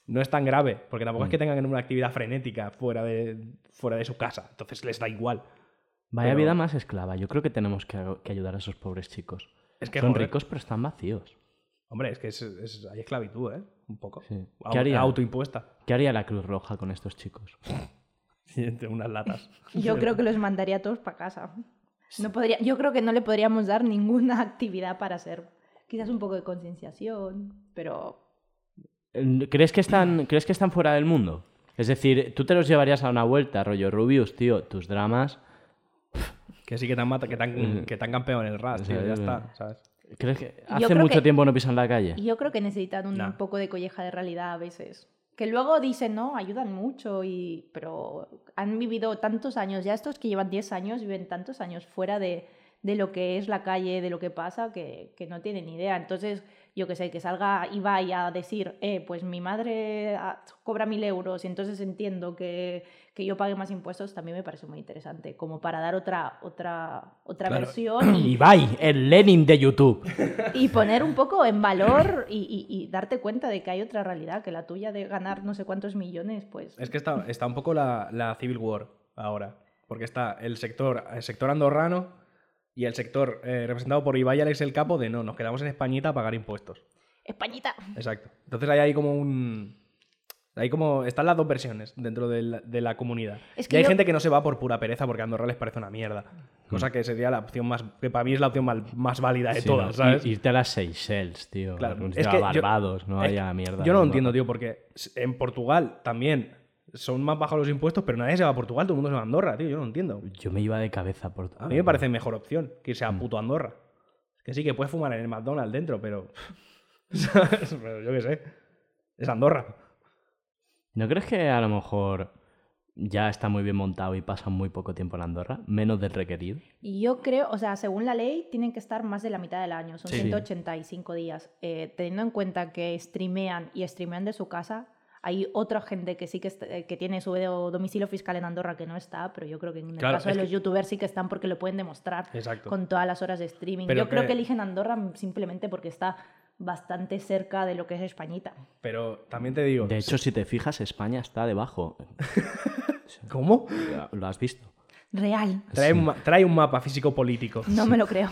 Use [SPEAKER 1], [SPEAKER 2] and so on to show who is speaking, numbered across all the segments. [SPEAKER 1] no es tan grave, porque tampoco es que tengan una actividad frenética fuera de, fuera de su casa. Entonces les da igual.
[SPEAKER 2] Vaya
[SPEAKER 1] pero-
[SPEAKER 2] vida más esclava. Yo creo que tenemos que, que ayudar a esos pobres chicos.
[SPEAKER 1] Es que,
[SPEAKER 2] Son
[SPEAKER 1] joder.
[SPEAKER 2] ricos, pero están vacíos.
[SPEAKER 1] Hombre, es que es, es- hay esclavitud, ¿eh? Un poco.
[SPEAKER 2] Sí.
[SPEAKER 1] Au-
[SPEAKER 2] ¿Qué haría?
[SPEAKER 1] Autoimpuesta.
[SPEAKER 2] ¿Qué haría la Cruz Roja con estos chicos?
[SPEAKER 1] Entre unas latas.
[SPEAKER 3] Yo creo que los mandaría a todos para casa. No podría, yo creo que no le podríamos dar ninguna actividad para hacer. Quizás un poco de concienciación, pero
[SPEAKER 2] Eh, ¿Crees que están, ¿crees que están fuera del mundo? Es decir, tú te los llevarías a una vuelta, rollo Rubius, tío, tus dramas.
[SPEAKER 1] Que sí que te han, mata- que te han- que te han campeado en el RAS, tío. Ya
[SPEAKER 2] Sí.
[SPEAKER 1] está, ¿sabes?
[SPEAKER 2] ¿Crees que
[SPEAKER 3] Yo
[SPEAKER 2] hace
[SPEAKER 3] creo
[SPEAKER 2] mucho
[SPEAKER 3] que-
[SPEAKER 2] tiempo no pisan la calle?
[SPEAKER 3] y yo creo que necesitan un
[SPEAKER 1] Nah.
[SPEAKER 3] poco de colleja de realidad a veces. Que luego dicen, no, ayudan mucho, y pero han vivido tantos años, ya estos que llevan 10 años viven tantos años fuera de, de lo que es la calle, de lo que pasa, que, que no tienen idea. Entonces, yo que sé, que salga Ibai a decir, eh, pues mi madre ah, cobra mil euros y entonces entiendo que, que yo pague más impuestos, también me parece muy interesante, como para dar otra, otra, otra
[SPEAKER 1] Claro.
[SPEAKER 3] versión y,
[SPEAKER 2] Ibai, el Lenin de YouTube.
[SPEAKER 3] y poner un poco en valor y, y- y darte cuenta de que hay otra realidad, que la tuya de ganar no sé cuántos millones, pues...
[SPEAKER 1] Es que está, está un poco la, la Civil War ahora. Porque está el sector, el sector andorrano y el sector eh, representado por Ibai y Alex el Capo de no, nos quedamos en Españita a pagar impuestos.
[SPEAKER 3] Españita.
[SPEAKER 1] Exacto. Entonces ahí hay como un. Hay como. Están las dos versiones dentro de la, de la comunidad.
[SPEAKER 3] Es que
[SPEAKER 1] y hay
[SPEAKER 3] yo-
[SPEAKER 1] gente que no se va por pura pereza porque Andorra les parece una mierda. Cosa que sería la opción más. que para mí es la opción mal- más, válida de
[SPEAKER 2] Sí,
[SPEAKER 1] todas,
[SPEAKER 2] no,
[SPEAKER 1] ¿sabes?
[SPEAKER 2] i- Irte a las Seychelles, tío.
[SPEAKER 1] Claro,
[SPEAKER 2] Irte
[SPEAKER 1] es
[SPEAKER 2] a
[SPEAKER 1] que yo-
[SPEAKER 2] Barbados, no
[SPEAKER 1] es
[SPEAKER 2] vaya
[SPEAKER 1] que
[SPEAKER 2] la mierda.
[SPEAKER 1] Yo no
[SPEAKER 2] ¿no?
[SPEAKER 1] lo entiendo, tío, porque en Portugal también son más bajos los impuestos, pero nadie se va a Portugal, todo el mundo se va a Andorra, tío. Yo no lo entiendo.
[SPEAKER 2] Yo me iba de cabeza por
[SPEAKER 1] A mí me parece mejor opción que irse a
[SPEAKER 2] Mm.
[SPEAKER 1] puto Andorra. Que sí, que puedes fumar en el McDonald's dentro, pero. ¿sabes? pero yo qué sé. Es Andorra.
[SPEAKER 2] ¿No crees que a lo mejor ya está muy bien montado y pasan muy poco tiempo en Andorra? Menos del requerido.
[SPEAKER 3] Y yo creo, o sea, según la ley, tienen que estar más de la mitad del año, son
[SPEAKER 2] Sí.
[SPEAKER 3] 185 días. Eh, teniendo en cuenta que streamean y streamean de su casa, hay otra gente que sí que, est- eh, que tiene su do- domicilio fiscal en Andorra que no está, pero yo creo que en el
[SPEAKER 1] Claro,
[SPEAKER 3] caso de
[SPEAKER 1] es
[SPEAKER 3] los
[SPEAKER 1] que-
[SPEAKER 3] youtubers sí que están porque lo pueden demostrar
[SPEAKER 1] Exacto.
[SPEAKER 3] con todas las horas de streaming.
[SPEAKER 1] Pero
[SPEAKER 3] yo creo
[SPEAKER 1] que-
[SPEAKER 3] que eligen Andorra simplemente porque está bastante cerca de lo que es Españita.
[SPEAKER 1] Pero también te digo.
[SPEAKER 2] De hecho, si te fijas, España está debajo.
[SPEAKER 1] ¿Cómo?
[SPEAKER 2] Lo has visto.
[SPEAKER 3] real.
[SPEAKER 1] Trae, un, ma- trae un mapa físico-político.
[SPEAKER 3] No me lo creo.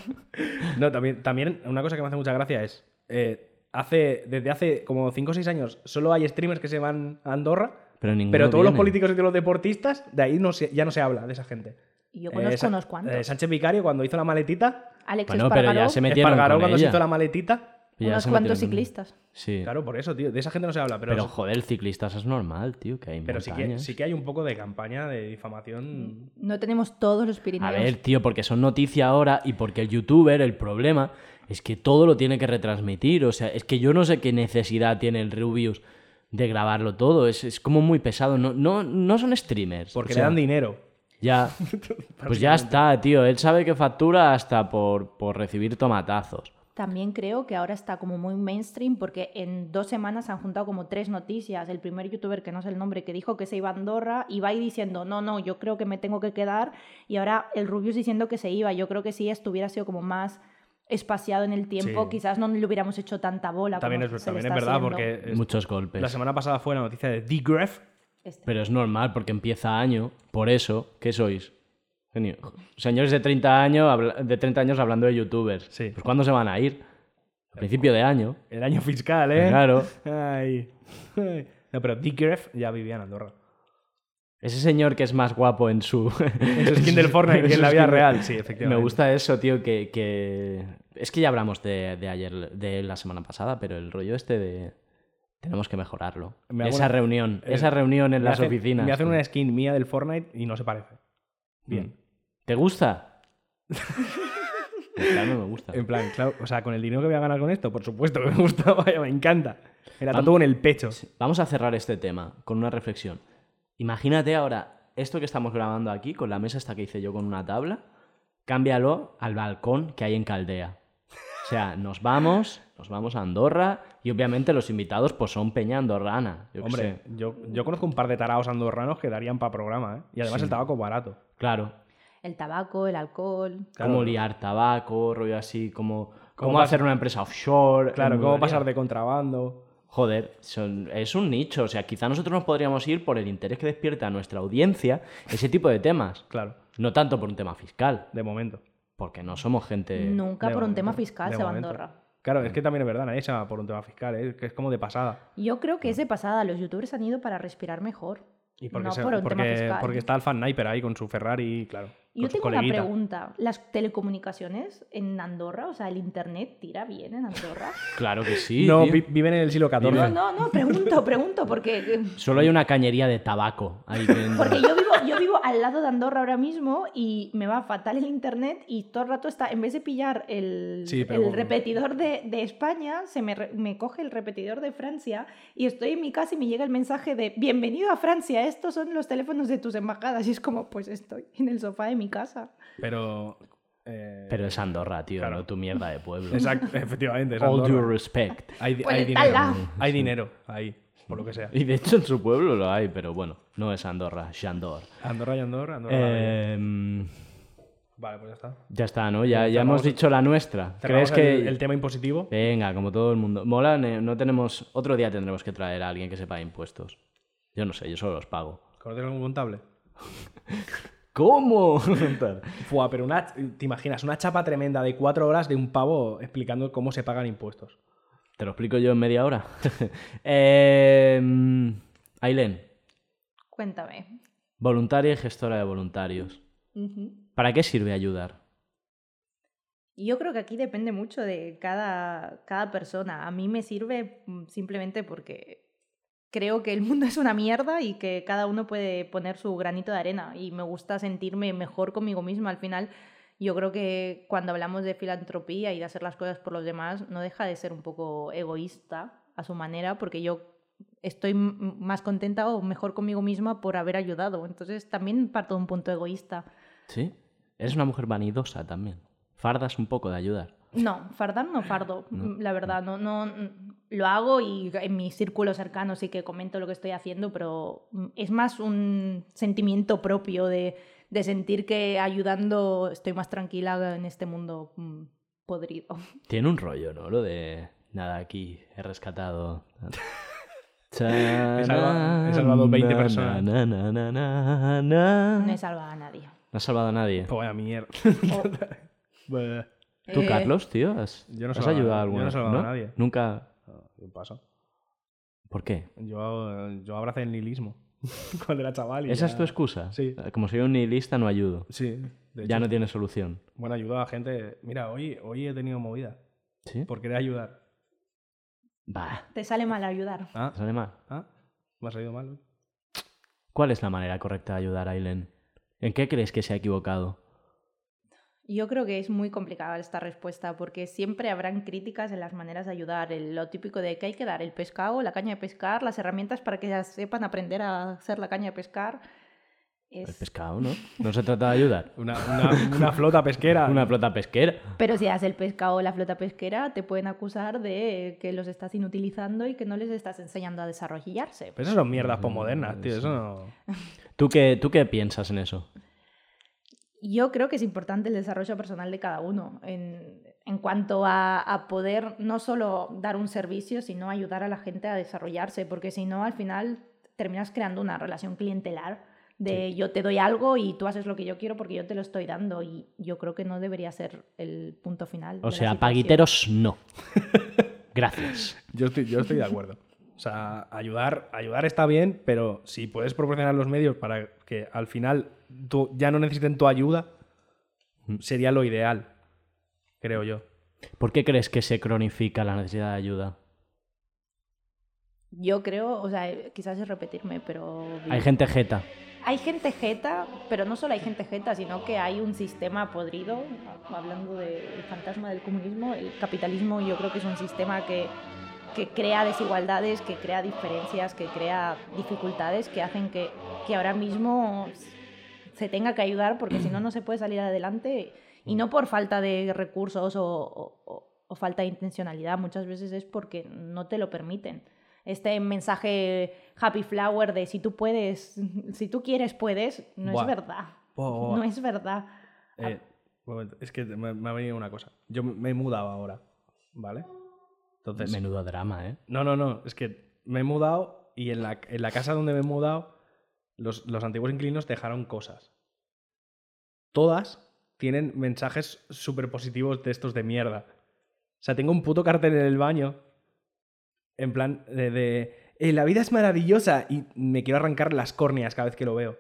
[SPEAKER 1] No, también, también una cosa que me hace mucha gracia es. eh, hace, desde hace como 5 o 6 años solo hay streamers que se van a Andorra.
[SPEAKER 2] Pero, ninguno
[SPEAKER 1] Pero todos los
[SPEAKER 2] viene.
[SPEAKER 1] políticos y todos los deportistas, de ahí no se- ya no se habla de esa gente.
[SPEAKER 3] Y yo
[SPEAKER 1] Eh,
[SPEAKER 3] conozco
[SPEAKER 1] Sa-
[SPEAKER 3] unos cuantos.
[SPEAKER 1] eh, Sánchez Vicario, cuando hizo la maletita,
[SPEAKER 3] Alex
[SPEAKER 2] Bueno, pero
[SPEAKER 3] Espargaró,
[SPEAKER 2] ya se metieron
[SPEAKER 1] Espargaró
[SPEAKER 2] con
[SPEAKER 1] cuando se
[SPEAKER 2] ella.
[SPEAKER 1] hizo la maletita.
[SPEAKER 2] Ya
[SPEAKER 3] unos
[SPEAKER 2] se
[SPEAKER 3] cuantos
[SPEAKER 2] metieron con-
[SPEAKER 3] ciclistas.
[SPEAKER 2] Sí.
[SPEAKER 1] Claro, por eso, tío. De esa gente no se habla, pero,
[SPEAKER 2] pero, joder, ciclistas es normal, tío, que hay
[SPEAKER 1] pero sí, que,
[SPEAKER 2] montañas. Mm.
[SPEAKER 1] sí que hay un poco de campaña de difamación.
[SPEAKER 3] No tenemos todos los Pirineos.
[SPEAKER 2] A ver, tío, porque son noticia ahora y porque el youtuber, el problema es que todo lo tiene que retransmitir. O sea, es que yo no sé qué necesidad tiene el Rubius de grabarlo todo. Es, es como muy pesado. No, no, no son streamers.
[SPEAKER 1] Porque
[SPEAKER 2] O sea,
[SPEAKER 1] le dan dinero.
[SPEAKER 2] Ya. Pues ya está, tío. Él sabe que factura hasta por, por recibir tomatazos.
[SPEAKER 3] También creo que ahora está como muy mainstream porque en dos semanas han juntado como tres noticias. El primer youtuber, que no sé el nombre, que dijo que se iba a Andorra y va ahí diciendo, no, no, yo creo que me tengo que quedar. Y ahora el Rubius diciendo que se iba. Yo creo que si esto hubiera sido como más espaciado en el tiempo,
[SPEAKER 1] Sí.
[SPEAKER 3] quizás no le hubiéramos hecho tanta bola.
[SPEAKER 1] También
[SPEAKER 3] como
[SPEAKER 1] es,
[SPEAKER 3] se le
[SPEAKER 1] también es
[SPEAKER 3] está
[SPEAKER 1] verdad,
[SPEAKER 3] haciendo.
[SPEAKER 1] porque es-
[SPEAKER 2] Muchos golpes.
[SPEAKER 1] la semana pasada fue la noticia de The Gref.
[SPEAKER 3] Este.
[SPEAKER 2] Pero es normal porque empieza año. Por eso, ¿qué sois? Genio- Señores de 30 años, habla- de 30 años hablando de youtubers.
[SPEAKER 1] Sí.
[SPEAKER 2] Pues ¿cuándo se van a ir? A principio de año. Pues
[SPEAKER 1] El año fiscal, ¿eh?
[SPEAKER 2] Claro.
[SPEAKER 1] Ay. No, pero The Gref ya vivía en Andorra.
[SPEAKER 2] Ese señor que es más guapo en su...
[SPEAKER 1] En su skin del Fortnite que en
[SPEAKER 2] su
[SPEAKER 1] la vida
[SPEAKER 2] skin de-
[SPEAKER 1] real, sí, efectivamente.
[SPEAKER 2] Me gusta eso, tío, que... que- Es que ya hablamos de, de ayer, de la semana pasada, pero el rollo este de... Tenemos que mejorarlo.
[SPEAKER 1] Me hago
[SPEAKER 2] esa
[SPEAKER 1] una-
[SPEAKER 2] reunión,
[SPEAKER 1] eh,
[SPEAKER 2] esa reunión en
[SPEAKER 1] Me
[SPEAKER 2] las
[SPEAKER 1] hacen-
[SPEAKER 2] oficinas.
[SPEAKER 1] Me hacen
[SPEAKER 2] tío.
[SPEAKER 1] una skin mía del Fortnite y no se parece. Bien.
[SPEAKER 2] Mm. ¿Te gusta? claro, me gusta.
[SPEAKER 1] En plan, claro, o sea, con el dinero que voy a ganar con esto, por supuesto que me gusta, vaya, me encanta. Me la
[SPEAKER 2] Vamos.
[SPEAKER 1] tatúo en el pecho.
[SPEAKER 2] Vamos a cerrar este tema con una reflexión. Imagínate ahora esto que estamos grabando aquí, con la mesa esta que hice yo con una tabla, cámbialo al balcón que hay en Caldea. O sea, nos vamos, nos vamos a Andorra y obviamente los invitados pues son Peña Andorrana. yo qué
[SPEAKER 1] Hombre,
[SPEAKER 2] sé.
[SPEAKER 1] yo, yo conozco un par de taraos andorranos que darían para programa, ¿eh? Y además el tabaco barato.
[SPEAKER 2] Claro.
[SPEAKER 3] El tabaco, el alcohol.
[SPEAKER 1] Claro.
[SPEAKER 2] Cómo liar tabaco, rollo así, como cómo,
[SPEAKER 1] pas-
[SPEAKER 2] hacer una empresa offshore.
[SPEAKER 1] Claro,
[SPEAKER 2] en
[SPEAKER 1] ¿cómo
[SPEAKER 2] Bulgaria.
[SPEAKER 1] pasar de contrabando?
[SPEAKER 2] Joder, son- es un nicho. O sea, quizá nosotros nos podríamos ir por el interés que despierta a nuestra audiencia ese tipo de temas.
[SPEAKER 1] Claro,
[SPEAKER 2] No tanto por un tema fiscal,
[SPEAKER 1] de momento.
[SPEAKER 2] porque no somos gente...
[SPEAKER 3] Nunca
[SPEAKER 1] De
[SPEAKER 3] por un tema
[SPEAKER 1] momento,
[SPEAKER 3] fiscal
[SPEAKER 1] de
[SPEAKER 3] se va a
[SPEAKER 1] momento.
[SPEAKER 3] Andorra.
[SPEAKER 1] Claro,
[SPEAKER 2] Mm.
[SPEAKER 1] es que también es verdad, nadie se va por un tema fiscal, ¿eh? que es como de pasada.
[SPEAKER 3] Yo creo que es de pasada. Los youtubers han ido para respirar mejor.
[SPEAKER 1] Y porque,
[SPEAKER 3] no
[SPEAKER 1] se-
[SPEAKER 3] por un tema
[SPEAKER 1] porque,
[SPEAKER 3] fiscal.
[SPEAKER 1] porque está Alfa Sniper ahí con su Ferrari, claro.
[SPEAKER 3] Yo
[SPEAKER 1] con su
[SPEAKER 3] tengo una
[SPEAKER 1] coleguita.
[SPEAKER 3] pregunta. ¿Las telecomunicaciones en Andorra, o sea, el internet tira bien en Andorra?
[SPEAKER 2] Claro que sí.
[SPEAKER 1] no,
[SPEAKER 2] tío.
[SPEAKER 1] vi- viven en el siglo XIV.
[SPEAKER 3] No, no, no, pregunto, pregunto, porque, eh,
[SPEAKER 2] Solo hay una cañería de tabaco. ahí que-
[SPEAKER 3] porque yo, vivo, yo vivo al lado de Andorra ahora mismo y me va fatal el internet y todo el rato está, en vez de pillar el,
[SPEAKER 1] Sí, pero
[SPEAKER 3] el
[SPEAKER 1] bueno.
[SPEAKER 3] repetidor de, de España, se me, re- me coge el repetidor de Francia y estoy en mi casa y me llega el mensaje de bienvenido a Francia, estos son los teléfonos de tus embajadas y es como, pues estoy en el sofá de mi casa.
[SPEAKER 1] Pero. eh,
[SPEAKER 2] Pero es Andorra, tío,
[SPEAKER 1] Claro.
[SPEAKER 2] no tu mierda de pueblo.
[SPEAKER 1] exact- efectivamente. es
[SPEAKER 2] All
[SPEAKER 1] Andorra.
[SPEAKER 2] due respect.
[SPEAKER 1] Hay, di-
[SPEAKER 3] Pues
[SPEAKER 1] hay
[SPEAKER 3] está al
[SPEAKER 1] dinero.
[SPEAKER 3] lado.
[SPEAKER 1] Hay dinero ahí, por lo que sea.
[SPEAKER 2] Y de hecho en su pueblo lo hay, pero bueno, no es Andorra, es Shandor.
[SPEAKER 1] Andorra y Andorra, Andorra. la bella.
[SPEAKER 2] Eh,
[SPEAKER 1] Vale, pues ya está.
[SPEAKER 2] ya está, ¿no? Ya, ya
[SPEAKER 1] Cerramos
[SPEAKER 2] hemos
[SPEAKER 1] el-
[SPEAKER 2] dicho la nuestra.
[SPEAKER 1] Cerramos
[SPEAKER 2] ¿Crees que...?
[SPEAKER 1] el, el tema impositivo?
[SPEAKER 2] Venga, como todo el mundo. Mola, ne- no tenemos... Otro día tendremos que traer a alguien que sepa de impuestos. Yo no sé, yo solo los pago.
[SPEAKER 1] ¿Conoces algún contable?
[SPEAKER 2] ¿Cómo?
[SPEAKER 1] Fua, pero una, te imaginas, una chapa tremenda de cuatro horas de un pavo explicando cómo se pagan impuestos.
[SPEAKER 2] Te lo explico yo en media hora. eh, mm, Ailén,
[SPEAKER 3] Cuéntame.
[SPEAKER 2] voluntaria y gestora de voluntarios.
[SPEAKER 3] Ujú.
[SPEAKER 2] ¿Para qué sirve ayudar?
[SPEAKER 3] Y Yo creo que aquí depende mucho de cada, cada persona. A mí me sirve mm, simplemente porque creo que el mundo es una mierda y que cada uno puede poner su granito de arena y me gusta sentirme mejor conmigo misma. Al final, yo creo que cuando hablamos de filantropía y de hacer las cosas por los demás, no deja de ser un poco egoísta a su manera porque yo estoy m- más contenta o mejor conmigo misma por haber ayudado. Entonces también parto de un punto egoísta.
[SPEAKER 2] ¿Sí? Eres una mujer vanidosa también. Fardas un poco de ayudar.
[SPEAKER 3] No, fardar no fardo, m- la verdad, no, no mm, lo hago y en mi círculo cercano sí que comento lo que estoy haciendo, pero mm, es más un sentimiento propio de, de sentir que ayudando estoy más tranquila en este mundo mm, podrido.
[SPEAKER 2] Tiene un rollo, ¿no? Lo de... Nada, aquí he rescatado... He
[SPEAKER 1] salvado- he salvado 20 personas.
[SPEAKER 3] No he salvado a nadie.
[SPEAKER 2] No has salvado a nadie.
[SPEAKER 1] Pues vaya mierda.
[SPEAKER 3] Oh.
[SPEAKER 1] Pues, Bleh.
[SPEAKER 2] ¿Tú,
[SPEAKER 3] Eh,
[SPEAKER 2] Carlos, tío? ¿Has,
[SPEAKER 1] yo no
[SPEAKER 2] has
[SPEAKER 1] salvo a
[SPEAKER 2] ayudado a
[SPEAKER 1] nadie, yo
[SPEAKER 2] alguna
[SPEAKER 1] no salvo a
[SPEAKER 2] ¿no?
[SPEAKER 1] nadie.
[SPEAKER 2] Nunca.
[SPEAKER 1] ¿Qué pasa?
[SPEAKER 2] ¿Por qué?
[SPEAKER 1] Yo, eh, yo abracé el nihilismo cuando era chaval. y
[SPEAKER 2] ¿Esa
[SPEAKER 1] ya-
[SPEAKER 2] es tu excusa? Eh,
[SPEAKER 1] Sí.
[SPEAKER 2] Como soy un nihilista, no ayudo.
[SPEAKER 1] Sí. de
[SPEAKER 2] Ya
[SPEAKER 1] hecho,
[SPEAKER 2] no tiene solución.
[SPEAKER 1] Bueno, ayudaba a gente. Mira, hoy, hoy he tenido movida
[SPEAKER 2] ¿Sí?
[SPEAKER 1] por querer ayudar.
[SPEAKER 2] Bah,
[SPEAKER 3] Te sale mal ayudar.
[SPEAKER 1] Ah,
[SPEAKER 2] sale mal.
[SPEAKER 1] ah, me ha salido mal. hoy.
[SPEAKER 2] ¿Cuál es la manera correcta de ayudar a Aileen? ¿En qué crees que se ha equivocado?
[SPEAKER 3] Yo creo que es muy complicada esta respuesta porque siempre habrán críticas en las maneras de ayudar. El- lo típico de que hay que dar el pescado, la caña de pescar, las herramientas para que ellas sepan aprender a hacer la caña de pescar. Es-
[SPEAKER 2] El pescado, ¿no? No se trata de ayudar.
[SPEAKER 1] Una, una- una flota pesquera.
[SPEAKER 2] Una flota pesquera.
[SPEAKER 3] Pero si das el pescado o la flota pesquera, te pueden acusar de que los estás inutilizando y que no les estás enseñando a desarrollarse.
[SPEAKER 1] Pero eso son mierdas posmodernas, tío. Eso no.
[SPEAKER 2] ¿Tú qué, ¿Tú qué piensas en eso?
[SPEAKER 3] Yo creo que es importante el desarrollo personal de cada uno en, en cuanto a, a poder no solo dar un servicio, sino ayudar a la gente a desarrollarse, porque si no, al final terminas creando una relación clientelar de yo te doy algo y tú haces lo que yo quiero porque yo te lo estoy dando y yo creo que no debería ser el punto final. de
[SPEAKER 2] O
[SPEAKER 3] la
[SPEAKER 2] sea,
[SPEAKER 3] situación.
[SPEAKER 2] paguiteros no. Gracias.
[SPEAKER 1] Yo estoy, yo estoy de acuerdo. O sea, ayudar, ayudar está bien, pero si puedes proporcionar los medios para que al final tú ya no necesiten tu ayuda,
[SPEAKER 2] Mm.
[SPEAKER 1] sería lo ideal, creo yo.
[SPEAKER 2] ¿Por qué crees que se cronifica la necesidad de ayuda?
[SPEAKER 3] Yo creo, o sea, eh, quizás es repetirme, pero...
[SPEAKER 2] Hay gente jeta.
[SPEAKER 3] Hay gente jeta, pero no solo hay gente jeta, sino que hay un sistema podrido, hablando del fantasma del comunismo, el capitalismo yo creo que es un sistema que, que crea desigualdades, que crea diferencias, que crea dificultades que hacen que, que ahora mismo se tenga que ayudar porque si no no se puede salir adelante y no por falta de recursos o, o- o- o falta de intencionalidad, muchas veces es porque no te lo permiten. Este mensaje happy flower de si tú puedes, si tú quieres, puedes, no
[SPEAKER 1] Buah.
[SPEAKER 3] es verdad.
[SPEAKER 1] Buah, buah, buah.
[SPEAKER 3] No es verdad.
[SPEAKER 1] Eh, un momento, es que me, me ha venido una cosa. Yo me he mudado ahora, ¿vale? Entonces.
[SPEAKER 2] Menudo drama, ¿eh?
[SPEAKER 1] No, no, no. Es que me he mudado y en la, en la casa donde me he mudado, los, los antiguos inquilinos dejaron cosas. Todas tienen mensajes súper positivos de estos de mierda. O sea, tengo un puto cartel en el baño. En plan, de. de, "Eh, la vida es maravillosa y me quiero arrancar las córneas cada vez que lo veo.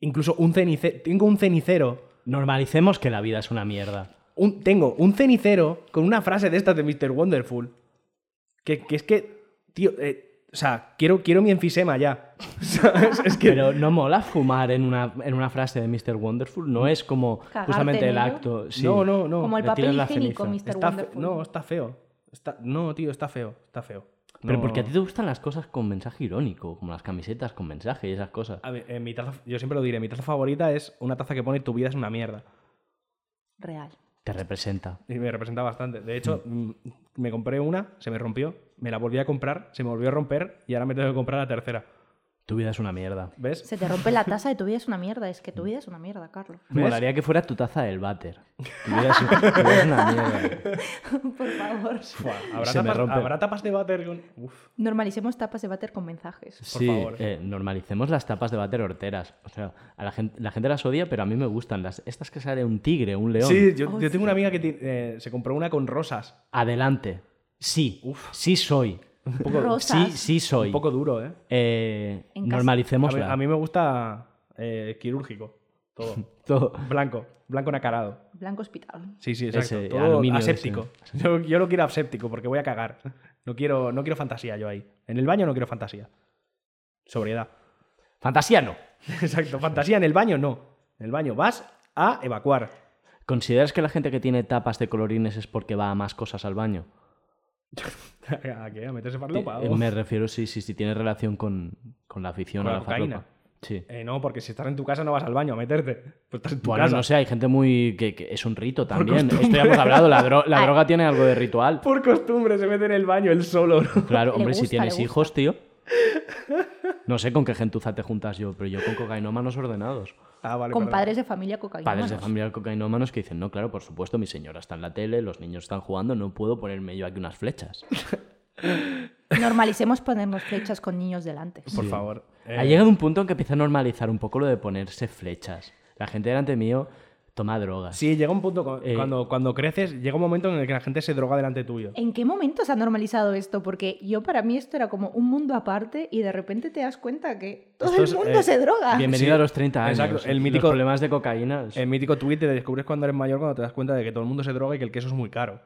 [SPEAKER 1] Incluso un cenicero. Tengo un cenicero
[SPEAKER 2] Normalicemos que la vida es una mierda.
[SPEAKER 1] un- tengo un cenicero con una frase de estas de Mr. Wonderful. Que, que es que, tío, eh, o sea, quiero, quiero mi enfisema ya. ¿Sabes? Es que.
[SPEAKER 2] Pero no mola fumar en una, en una frase de Mr. Wonderful. No es como
[SPEAKER 3] Cagarte
[SPEAKER 2] justamente
[SPEAKER 3] en
[SPEAKER 2] el
[SPEAKER 3] ello.
[SPEAKER 2] acto. sí.
[SPEAKER 1] No, no, no.
[SPEAKER 3] Como el
[SPEAKER 2] le tiras
[SPEAKER 3] papel
[SPEAKER 2] la
[SPEAKER 3] higiénico,
[SPEAKER 2] ceniza.
[SPEAKER 3] Mr.
[SPEAKER 1] Está fe-
[SPEAKER 3] Wonderful.
[SPEAKER 1] no, está feo. Está, no, tío, está feo. Está feo.
[SPEAKER 2] Pero
[SPEAKER 1] No.
[SPEAKER 2] porque a ti te gustan las cosas con mensaje irónico, como las camisetas con mensaje y esas cosas.
[SPEAKER 1] A ver, eh, mi taza, yo siempre lo diré, mi taza favorita es una taza que pone tu vida es una mierda.
[SPEAKER 3] Real.
[SPEAKER 2] Te representa.
[SPEAKER 1] Y me representa bastante. De hecho, mm, me compré una, se me rompió, me la volví a comprar, se me volvió a romper y ahora me tengo que comprar la tercera.
[SPEAKER 2] Tu vida es una mierda.
[SPEAKER 1] ¿Ves?
[SPEAKER 3] Se te rompe la taza de tu vida es una mierda. Es que tu vida es una mierda, Carlos.
[SPEAKER 2] Me molaría que fuera tu taza del váter. Tu vida es, tu vida es una mierda.
[SPEAKER 3] Por favor.
[SPEAKER 1] Buah, ¿habrá,
[SPEAKER 2] Se me
[SPEAKER 1] tapas,
[SPEAKER 2] rompe.
[SPEAKER 1] habrá tapas de váter con- Uf.
[SPEAKER 3] Normalicemos tapas de váter con mensajes.
[SPEAKER 2] Sí,
[SPEAKER 1] favor.
[SPEAKER 2] eh, normalicemos las tapas de váter horteras. O sea, a la gente, la gente las odia, pero a mí me gustan. Las, estas que sale un tigre, un león.
[SPEAKER 1] Sí, yo, yo tengo una amiga que ti- eh, se compró una con rosas.
[SPEAKER 2] Adelante. Sí. Sí soy.
[SPEAKER 3] Rosas.
[SPEAKER 2] Sí, sí soy.
[SPEAKER 1] Un poco duro, ¿eh?
[SPEAKER 2] Eh,
[SPEAKER 3] En casa.
[SPEAKER 1] A
[SPEAKER 2] normalicemos
[SPEAKER 1] mí, a mí me gusta eh, quirúrgico. Todo.
[SPEAKER 2] todo.
[SPEAKER 1] Blanco. Blanco nacarado.
[SPEAKER 3] Blanco hospital.
[SPEAKER 1] Sí, sí, exacto.
[SPEAKER 2] Ese,
[SPEAKER 1] todo
[SPEAKER 2] aluminio
[SPEAKER 1] aséptico. Yo, yo lo quiero aséptico porque voy a cagar. No quiero, no quiero fantasía yo ahí. En el baño no quiero fantasía. Sobriedad.
[SPEAKER 2] Fantasía no.
[SPEAKER 1] Exacto. Fantasía en el baño no. En el baño vas a evacuar.
[SPEAKER 2] ¿Consideras que la gente que tiene tapas de colorines es porque va a más cosas al baño?
[SPEAKER 1] ¿A qué? ¿A meterse farlopa?
[SPEAKER 2] Eh,
[SPEAKER 1] o-
[SPEAKER 2] Me refiero si, si, si tiene relación con, con la afición
[SPEAKER 1] Con
[SPEAKER 2] a
[SPEAKER 1] la
[SPEAKER 2] la
[SPEAKER 1] cocaína.
[SPEAKER 2] farlopa. Sí.
[SPEAKER 1] Eh, no, porque si estás en tu casa no vas al baño a meterte. Pues estás en tu
[SPEAKER 2] Bueno,
[SPEAKER 1] casa.
[SPEAKER 2] no sé, hay gente muy. que, que es un rito también. Esto ya hemos hablado, la, dro- la droga tiene algo de ritual.
[SPEAKER 1] Por costumbre se mete en el baño él solo, ¿no?
[SPEAKER 2] Claro,
[SPEAKER 3] Le
[SPEAKER 2] hombre, si
[SPEAKER 3] gusta,
[SPEAKER 2] tienes
[SPEAKER 3] le gusta.
[SPEAKER 2] hijos, tío. No sé con qué gentuza te juntas yo, pero yo con cocainómanos ordenados.
[SPEAKER 1] Ah, vale,
[SPEAKER 3] con
[SPEAKER 1] perdón.
[SPEAKER 3] padres de familia cocaína.
[SPEAKER 2] Padres de familia cocainómanos que dicen, no, claro, por supuesto, mi señora está en la tele, los niños están jugando, no puedo ponerme yo aquí unas flechas.
[SPEAKER 3] Normalicemos ponernos flechas con niños delante.
[SPEAKER 1] Por favor. Eh,
[SPEAKER 2] Ha llegado un punto en que empieza a normalizar un poco lo de ponerse flechas. La gente delante mío toma drogas.
[SPEAKER 1] Sí, llega un punto, cu-
[SPEAKER 2] Eh.
[SPEAKER 1] cuando, cuando creces, llega un momento en el que la gente se droga delante tuyo.
[SPEAKER 3] ¿En qué momento se ha normalizado esto? Porque yo para mí esto era como un mundo aparte y de repente te das cuenta que todo
[SPEAKER 1] Esto
[SPEAKER 3] el
[SPEAKER 1] es,
[SPEAKER 3] mundo
[SPEAKER 1] eh,
[SPEAKER 3] se droga.
[SPEAKER 2] Bienvenido
[SPEAKER 1] Sí,
[SPEAKER 2] a los 30 años.
[SPEAKER 1] exacto, el
[SPEAKER 2] Los
[SPEAKER 1] mítico-
[SPEAKER 2] problemas de cocaína.
[SPEAKER 1] El mítico tweet te descubres cuando eres mayor, cuando te das cuenta de que todo el mundo se droga y que el queso es muy caro.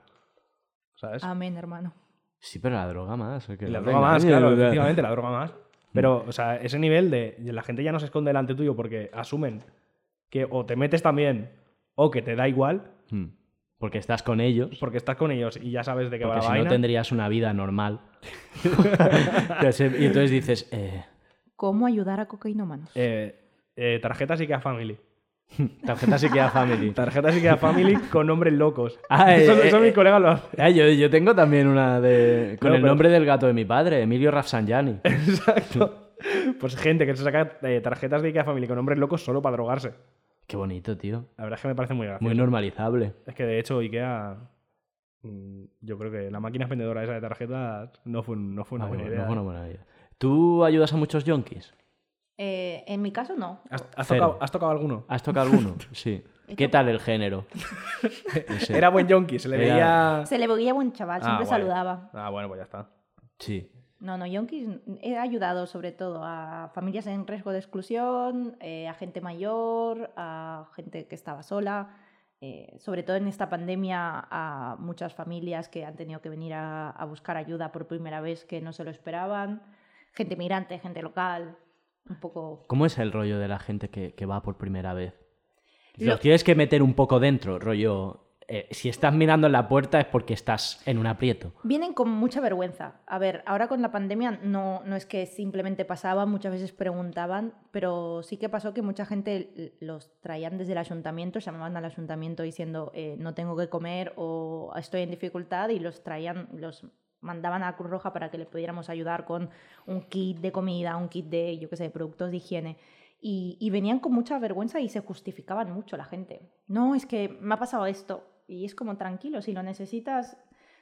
[SPEAKER 1] ¿Sabes?
[SPEAKER 3] Amén, hermano.
[SPEAKER 2] Sí, pero la droga más. o que
[SPEAKER 1] Y la
[SPEAKER 2] no
[SPEAKER 1] droga
[SPEAKER 2] tenga
[SPEAKER 1] más,
[SPEAKER 2] miedo,
[SPEAKER 1] claro,
[SPEAKER 2] o sea.
[SPEAKER 1] efectivamente, la droga más. Pero, o sea, ese nivel de la gente ya no se esconde delante tuyo porque asumen que o te metes también o que te da igual
[SPEAKER 2] Mm. Porque estás con ellos.
[SPEAKER 1] porque estás con ellos y ya sabes de qué va
[SPEAKER 2] Porque
[SPEAKER 1] la
[SPEAKER 2] si
[SPEAKER 1] vaina.
[SPEAKER 2] no tendrías una vida normal. Entonces, y entonces dices, eh,
[SPEAKER 3] ¿Cómo ayudar a cocainómanos?
[SPEAKER 1] Eh, eh, tarjeta sí que a Family.
[SPEAKER 2] tarjeta se queda family.
[SPEAKER 1] Tarjeta sí que a Family con nombres locos.
[SPEAKER 2] Ah, eh,
[SPEAKER 1] eso
[SPEAKER 2] eh,
[SPEAKER 1] eso
[SPEAKER 2] eh.
[SPEAKER 1] mis colegas lo hacen.
[SPEAKER 2] Ah, yo, yo tengo también una de. Con
[SPEAKER 1] No,
[SPEAKER 2] el
[SPEAKER 1] pero-
[SPEAKER 2] nombre del gato de mi padre, Emilio Rafsanjani.
[SPEAKER 1] Exacto. Pues gente que se saca eh, tarjetas de Ikea Family con nombres locos solo para drogarse.
[SPEAKER 2] Qué bonito, tío.
[SPEAKER 1] La verdad es que me parece muy gracioso.
[SPEAKER 2] Muy normalizable.
[SPEAKER 1] Es que de hecho Ikea... mm, Yo creo que la máquina expendedora esa de tarjetas no fue, un- no fue una
[SPEAKER 2] Ah,
[SPEAKER 1] buena
[SPEAKER 2] bueno,
[SPEAKER 1] idea.
[SPEAKER 2] no fue una buena idea. ¿Tú ayudas a muchos yonkis?
[SPEAKER 3] Eh, en mi caso no.
[SPEAKER 1] ¿Has, has
[SPEAKER 2] Cero.
[SPEAKER 1] tocado, has tocado alguno?
[SPEAKER 2] ¿Has tocado alguno? Sí. ¿Qué tal el género?
[SPEAKER 1] Era buen yonki, se le
[SPEAKER 2] Era-
[SPEAKER 1] veía...
[SPEAKER 3] Se le veía buen chaval,
[SPEAKER 1] Ah,
[SPEAKER 3] siempre
[SPEAKER 1] guay.
[SPEAKER 3] saludaba.
[SPEAKER 1] Ah, bueno, pues ya está.
[SPEAKER 2] Sí.
[SPEAKER 3] No, no, Yonkis mm, he ayudado sobre todo a familias en riesgo de exclusión, eh, a gente mayor, a gente que estaba sola, eh, sobre todo en esta pandemia a muchas familias que han tenido que venir a, a buscar ayuda por primera vez que no se lo esperaban, gente migrante, gente local, un poco...
[SPEAKER 2] ¿Cómo es el rollo de la gente que, que va por primera vez?
[SPEAKER 3] Lo-
[SPEAKER 2] Los tienes que meter un poco dentro, rollo. eh, si estás mirando en la puerta es porque estás en un aprieto.
[SPEAKER 3] Vienen con mucha vergüenza. A ver, ahora con la pandemia no, no es que simplemente pasaban, muchas veces preguntaban, pero sí que pasó que mucha gente l- los traían desde el ayuntamiento, llamaban al ayuntamiento diciendo eh, no tengo que comer o estoy en dificultad y los traían, los mandaban a la Cruz Roja para que le pudiéramos ayudar con un kit de comida, un kit de, yo qué sé, productos de higiene. Y, y venían con mucha vergüenza y se justificaban mucho la gente. No, es que me ha pasado esto. Y es como tranquilo, si lo necesitas,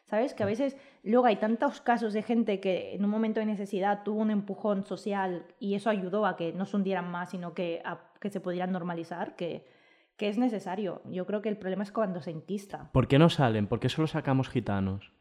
[SPEAKER 3] ¿Sabes? Que a veces luego hay tantos casos de gente que en un momento de necesidad tuvo un empujón social y eso ayudó a que no se hundieran más, sino que, a- que se pudieran normalizar, que, que es necesario. Yo creo que el problema es cuando se enquista.
[SPEAKER 2] ¿Por qué no salen? ¿Por qué solo sacamos gitanos?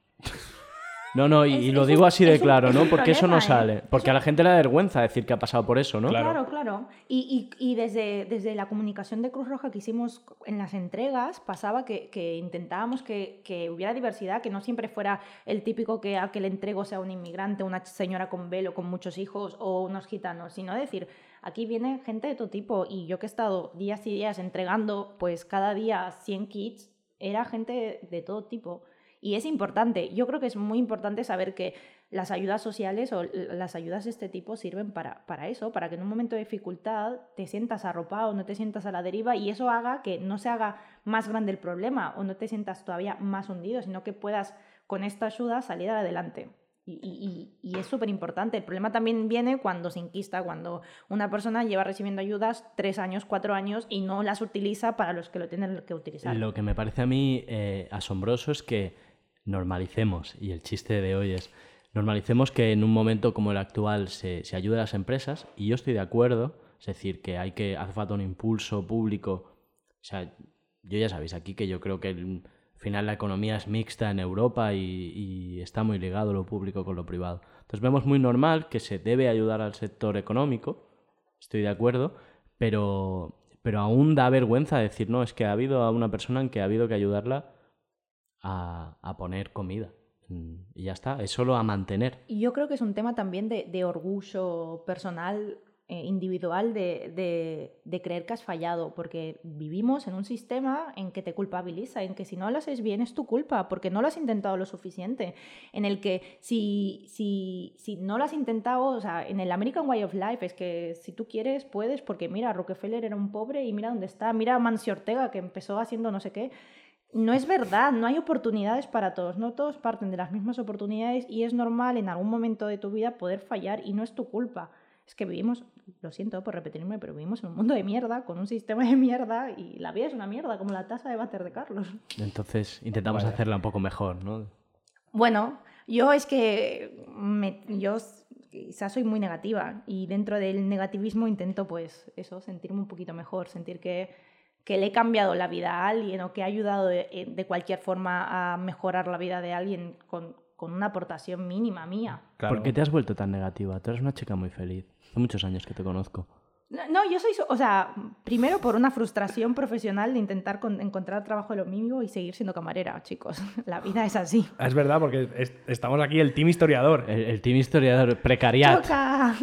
[SPEAKER 2] No, no, y,
[SPEAKER 3] Es-
[SPEAKER 2] y lo
[SPEAKER 3] es
[SPEAKER 2] digo
[SPEAKER 3] un-
[SPEAKER 2] así de
[SPEAKER 3] es un-
[SPEAKER 2] claro,
[SPEAKER 3] es
[SPEAKER 2] ¿no?
[SPEAKER 3] un
[SPEAKER 2] Porque eso no
[SPEAKER 3] problema, ¿eh?
[SPEAKER 2] sale. Porque a la gente le da vergüenza decir que ha pasado por eso, ¿no?
[SPEAKER 3] Claro, claro. Y, y- y desde, desde la comunicación de Cruz Roja que hicimos en las entregas, pasaba que, que intentábamos que, que hubiera diversidad, que no siempre fuera el típico que al que le entrego sea un inmigrante, una señora con velo, con muchos hijos o unos gitanos, sino decir, aquí viene gente de todo tipo y yo que he estado días y días entregando pues cada día 100 kits, era gente de todo tipo. Y es importante, yo creo que es muy importante saber que las ayudas sociales o l- las ayudas de este tipo sirven para, para eso, para que en un momento de dificultad te sientas arropado, no te sientas a la deriva y eso haga que no se haga más grande el problema o no te sientas todavía más hundido, sino que puedas con esta ayuda salir adelante. Y, y- y- y es súper importante. El problema también viene cuando se inquista, cuando una persona lleva recibiendo ayudas tres años, cuatro años y no las utiliza para los que lo tienen que utilizar.
[SPEAKER 2] Lo que me parece a mí eh, asombroso es que normalicemos, y el chiste de hoy es, normalicemos que en un momento como el actual se, se ayude a las empresas, y yo estoy de acuerdo, es decir, que hay que, hace falta un impulso público. O sea, yo ya sabéis aquí que yo creo que el- al final la economía es mixta en Europa y, y está muy ligado lo público con lo privado. Entonces vemos muy normal que se debe ayudar al sector económico, estoy de acuerdo, pero, pero aún da vergüenza decir, no, es que ha habido a una persona en que ha habido que ayudarla a, a poner comida. Mm, Y ya está, es solo a mantener.
[SPEAKER 3] Y yo creo que es un tema también de, de orgullo personal, eh, individual, de, de- de creer que has fallado, porque vivimos en un sistema en que te culpabiliza, en que si no lo haces bien es tu culpa, porque no lo has intentado lo suficiente, en el que si, si, si no lo has intentado, o sea, en el American Way of Life es que si tú quieres, puedes, porque mira, Rockefeller era un pobre y mira dónde está, mira a Mancio Ortega que empezó haciendo no sé qué. No es verdad, no hay oportunidades para todos, no todos parten de las mismas oportunidades y es normal en algún momento de tu vida poder fallar y no es tu culpa. Es que vivimos, lo siento por repetirme, pero vivimos en un mundo de mierda, con un sistema de mierda y la vida es una mierda, como la taza de váter de Carlos.
[SPEAKER 2] Entonces intentamos hacerla un poco mejor, ¿no?
[SPEAKER 3] Bueno, yo es que me- yo s- quizás soy muy negativa y dentro del negativismo intento pues eso, sentirme un poquito mejor, sentir que, que le he cambiado la vida a alguien o que he ayudado de, eh, de cualquier forma a mejorar la vida de alguien con, con una aportación mínima mía.
[SPEAKER 1] Claro.
[SPEAKER 2] ¿Por qué te has vuelto tan negativa? Tú eres una chica muy feliz. Hace muchos años que te conozco.
[SPEAKER 3] No, no, yo soy, so- o sea, primero por una frustración profesional de intentar con- encontrar trabajo de lo mínimo y seguir siendo camarera, chicos. La vida es así.
[SPEAKER 1] Es verdad, porque es- estamos aquí el team historiador.
[SPEAKER 2] El, el team historiador, precariat.
[SPEAKER 3] Choca.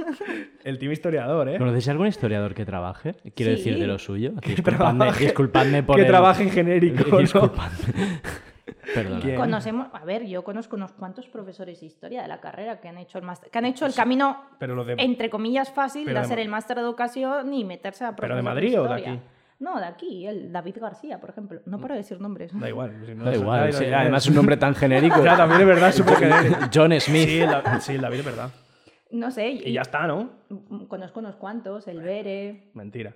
[SPEAKER 1] El team historiador, ¿eh?
[SPEAKER 2] ¿Conocéis algún historiador que trabaje? Quiero
[SPEAKER 3] Sí.
[SPEAKER 2] decir de lo suyo.
[SPEAKER 1] trabaje-
[SPEAKER 2] Disculpadme, disculpadme por
[SPEAKER 1] que
[SPEAKER 2] el-
[SPEAKER 1] trabaje en genérico, ¿no?
[SPEAKER 2] Disculpadme. Perdona.
[SPEAKER 1] ¿Quién?
[SPEAKER 3] Conocemos, a ver, yo conozco unos cuantos profesores de historia de la carrera que han hecho el máster- que han hecho el camino
[SPEAKER 1] Pero lo de-
[SPEAKER 3] entre comillas fácil
[SPEAKER 1] pero
[SPEAKER 3] de
[SPEAKER 1] de
[SPEAKER 3] hacer
[SPEAKER 1] Ma-
[SPEAKER 3] el máster de educación y meterse a
[SPEAKER 1] ¿Pero de
[SPEAKER 3] profesor
[SPEAKER 1] Madrid o de
[SPEAKER 3] historia.
[SPEAKER 1] aquí? Mm.
[SPEAKER 3] No, de aquí, el David García, por ejemplo. No para decir nombres.
[SPEAKER 1] Da igual. si no
[SPEAKER 2] Da
[SPEAKER 1] es-
[SPEAKER 2] igual, sí,
[SPEAKER 1] da igual.
[SPEAKER 2] además es un nombre tan genérico.
[SPEAKER 1] Ya, también es verdad, es súper genérico.
[SPEAKER 2] John Smith.
[SPEAKER 1] Sí, la, sí, la vida es verdad.
[SPEAKER 3] No sé, mm,
[SPEAKER 1] Y ya está, ¿no?
[SPEAKER 3] conozco unos cuantos, el Bere.
[SPEAKER 1] Mentira.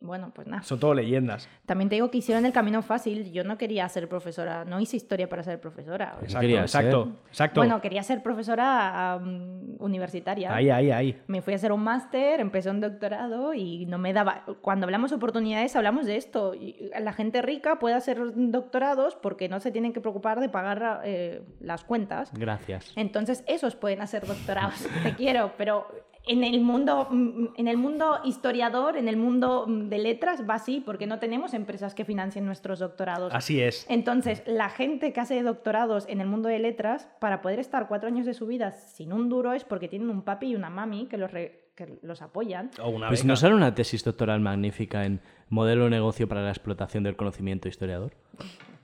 [SPEAKER 3] Bueno, pues nada.
[SPEAKER 1] Son todo leyendas.
[SPEAKER 3] También te digo que hicieron el camino fácil. Yo no quería ser profesora, no hice historia para ser profesora.
[SPEAKER 2] Pues,
[SPEAKER 1] Exacto,
[SPEAKER 2] quería
[SPEAKER 1] exacto, exacto.
[SPEAKER 3] Bueno, quería ser profesora um, universitaria.
[SPEAKER 1] ahí, ahí, ahí.
[SPEAKER 3] Me fui a hacer un máster, empecé un doctorado y no me daba... Cuando hablamos oportunidades hablamos de esto. Y La gente rica puede hacer doctorados porque no se tienen que preocupar de pagar eh, las cuentas.
[SPEAKER 2] Gracias.
[SPEAKER 3] Entonces esos pueden hacer doctorados. Te quiero, pero en el mundo mm, en el mundo historiador, en el mundo mm, de letras va así porque no tenemos empresas que financien nuestros doctorados.
[SPEAKER 1] Así es.
[SPEAKER 3] Entonces, la gente que hace doctorados en el mundo de letras, para poder estar cuatro años de su vida sin un duro, es porque tienen un papi y una mami que los, re- que los apoyan.
[SPEAKER 1] O una
[SPEAKER 2] Pues
[SPEAKER 1] beca.
[SPEAKER 2] nos hará una tesis doctoral magnífica en modelo de negocio para la explotación del conocimiento historiador.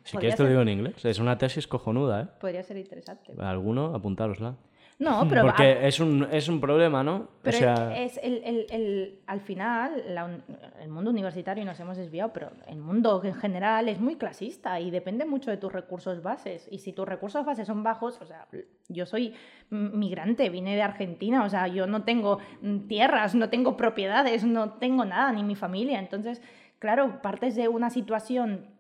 [SPEAKER 2] Si
[SPEAKER 3] Podría
[SPEAKER 2] quieres te
[SPEAKER 3] ser.
[SPEAKER 2] lo digo en inglés. Es una tesis cojonuda, ¿eh?
[SPEAKER 3] Podría ser interesante.
[SPEAKER 2] Alguno, apuntárosla.
[SPEAKER 3] No, pero,
[SPEAKER 2] Porque
[SPEAKER 3] ah,
[SPEAKER 2] es un, es un problema, ¿no?
[SPEAKER 3] pero
[SPEAKER 2] o sea,
[SPEAKER 3] es el, el- el- al final, la un- el mundo universitario nos hemos desviado, pero el mundo en general es muy clasista y depende mucho de tus recursos bases. Y si tus recursos bases son bajos, o sea, yo soy m- migrante, vine de Argentina, o sea, yo no tengo mm, tierras, no tengo propiedades, no tengo nada, ni mi familia. Entonces, claro, partes de una situación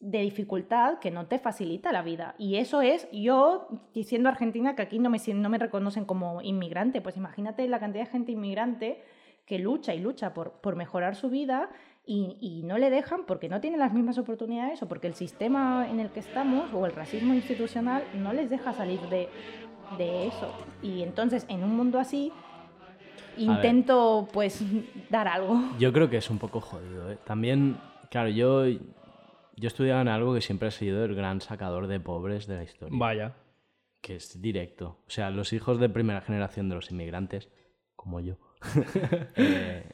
[SPEAKER 3] de dificultad que no te facilita la vida. Y eso es yo diciendo argentina que aquí no me, sien- no me reconocen como inmigrante. Pues imagínate la cantidad de gente inmigrante que lucha y lucha por, por mejorar su vida y, y no le dejan porque no tienen las mismas oportunidades o porque el sistema en el que estamos o el racismo institucional no les deja salir de, de eso. Y entonces en un mundo así intento pues dar algo.
[SPEAKER 2] yo creo que es un poco jodido, ¿eh? También, claro, yo, yo estudiaba en algo que siempre ha sido el gran sacador de pobres de la historia.
[SPEAKER 1] Vaya.
[SPEAKER 2] que es directo. O sea, los hijos de primera generación de los inmigrantes, como yo. eh,